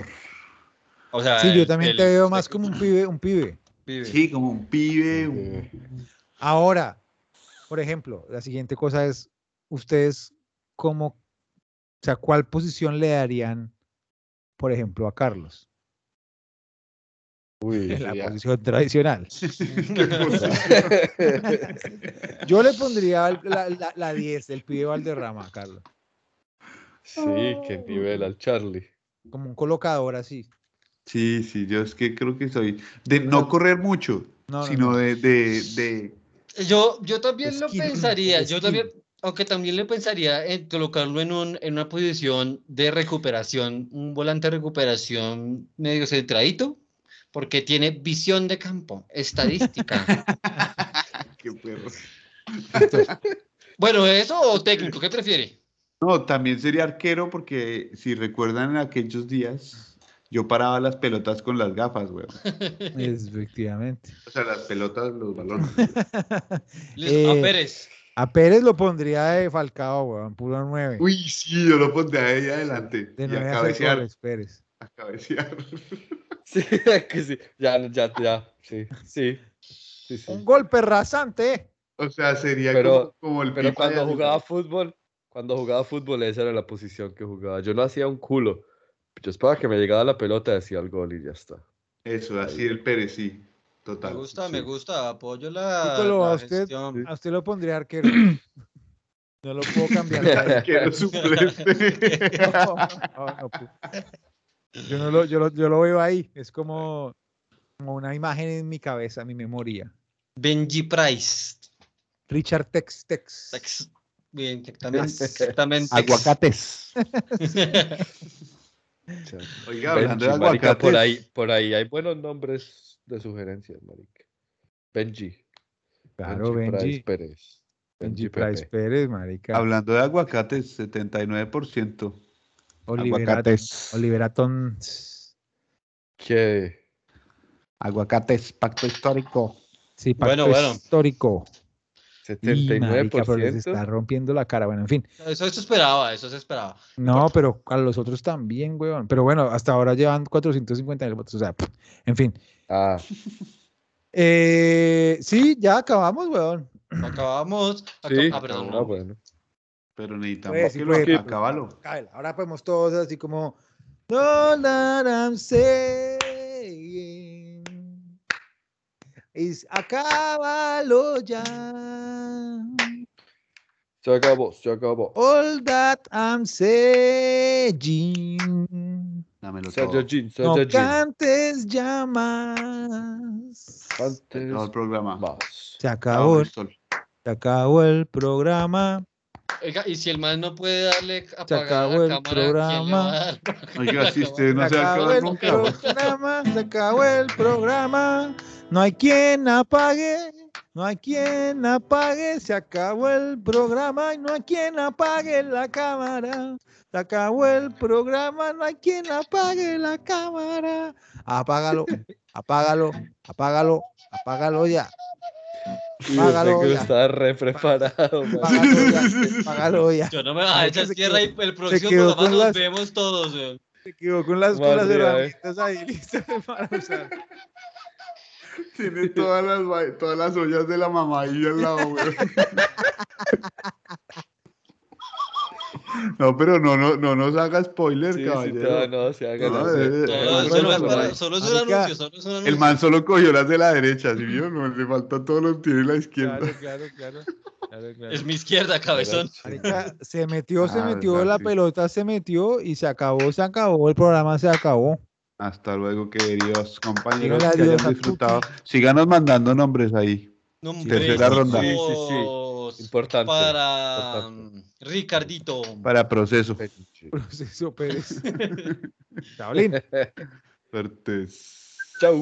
O sea, Sí, yo el- también el- te veo el más como un pibe, un pibe. pibe. Sí, como un pibe. Eh, un- Ahora, por ejemplo, la siguiente cosa es, ustedes, ¿cómo, o sea, cuál posición le darían, por ejemplo, a Carlos? Uy, En la ya. posición tradicional. Qué posición. Yo le pondría el- la, la, la 10, el pibe Valderrama a Carlos, Sí, qué nivel al Charlie. como un colocador así. sí, sí, yo es que creo que soy. De no correr mucho, No, no, sino no. de, de, de- Yo, yo también lo Skill, pensaría, yo skill. también, aunque también le pensaría en colocarlo en, un, en una posición de recuperación, un volante de recuperación medio centradito, porque tiene visión de campo, estadística. qué perro. bueno, eso o técnico, ¿qué prefiere? No, también sería arquero porque si recuerdan en aquellos días, yo paraba las pelotas con las gafas, güey. Efectivamente. O sea, las pelotas, los balones. Listo, Eh, a Pérez. A Pérez lo pondría de Falcao, weón, puro 9. Uy, sí, yo lo pondré ahí adelante. de y 9 a a hacer cabecear. goles, Pérez. A cabecear. Sí, que sí. Ya, ya, ya. Sí, sí. sí, sí. Un golpe rasante, ¿eh? O sea, sería Pero- como, como el Pero Pipa cuando de- jugaba fútbol, cuando jugaba fútbol, esa era la posición que jugaba. Yo no hacía un culo, Yo esperaba que me llegaba la pelota, decía el gol y ya está. Eso, así el Pérez, sí. Total. Me gusta, me gusta. Apoyo la, Nicolás, la ¿a usted? gestión. A usted lo pondría arquero. No lo puedo cambiar. Arquero suplente. No, no, no puedo. yo, no lo, yo, lo, yo lo veo ahí. Es como, como una imagen en mi cabeza, en mi memoria. Benji Price. Richard Tex Tex. Ex- Bien, exactamente. exactamente. Aguacates. O sea, Oiga, Benji, hablando de marica, aguacates. por ahí, por ahí hay buenos nombres de sugerencias, marica. Benji. Claro, Price Benji. Pérez. Benji Benji, Price Pepe. Pérez, marica. Hablando de aguacates, 79%. Olivera, Olivera Tons. Que Aguacates, pacto histórico. Sí, pacto Bueno, bueno. histórico. Y, 79%. marica, pero se está rompiendo la cara. Bueno, en fin. Eso, eso esperaba, eso se esperaba. No, pero a los otros también, weón. Pero bueno, hasta ahora llevan 450 mil votos. O sea, pff, en fin. Ah, Eh, sí, ya acabamos, weón. Acabamos. acab- sí. ah, perdón, Ah, no. bueno. Pero necesitamos Pues, que sí, lo pues. acábalo. Cábela, Ahora podemos todos así como. No, la, la, saying is acábalo ya. Se acabó, se acabó. All that I'm saying. Dámelo todo. Saiyajin, No Saiyajin. cantes ya más. Antes Todo el programa. más. Se Acabamos acabó, el sol. se acabó el programa. Oiga, y si el man no puede darle a Se apagar acabó la el cámara, ¿quién le va a dar? Oiga, si usted no se se va acabó a acabar el nunca. programa, se acabó el programa. No hay quien apague, no hay quien apague, se acabó el programa y no hay quien apague la cámara. Se acabó el programa, no hay quien apague la cámara. Apágalo, apágalo, apágalo, apágalo ya. Y Págalo usted que ya. estaba re preparado. man. Apágalo ya, apágalo ya. Yo no me voy a Marica, echar se tierra y el próximo quedó programa con nos las- vemos todos. weón. Se equivocó en las, con las Madre, eh. herramientas ahí listas para usar. Tiene todas las, va- todas las ollas de la mamá ahí al lado, güey. No, pero no, no, no nos haga spoiler, Sí, sí, caballero. todavía no, se haga. No, la- Todo- eh, eh, bueno, solo, es bueno, para- bueno. solo es un Marica, anuncio, solo es un anuncio. El man solo cogió las de la derecha, ¿sí vio? No, le falta todo lo que tiene la izquierda. Claro, claro, claro. claro, claro. Es mi izquierda, cabezón. Marica, se metió, se Ah, metió, verdad, la sí. pelota se metió y se acabó, se acabó, el programa se acabó. Hasta luego, queridos compañeros. Dígale Que adiós a hayan disfrutado. Síganos mandando nombres ahí. No, hombre, tercera ronda. Sí, sí, sí. chicos, Importante. Para importante. mm, Ricardito. Para proceso. Benji. Proceso Pérez. Shaolin. Suertes. Chau.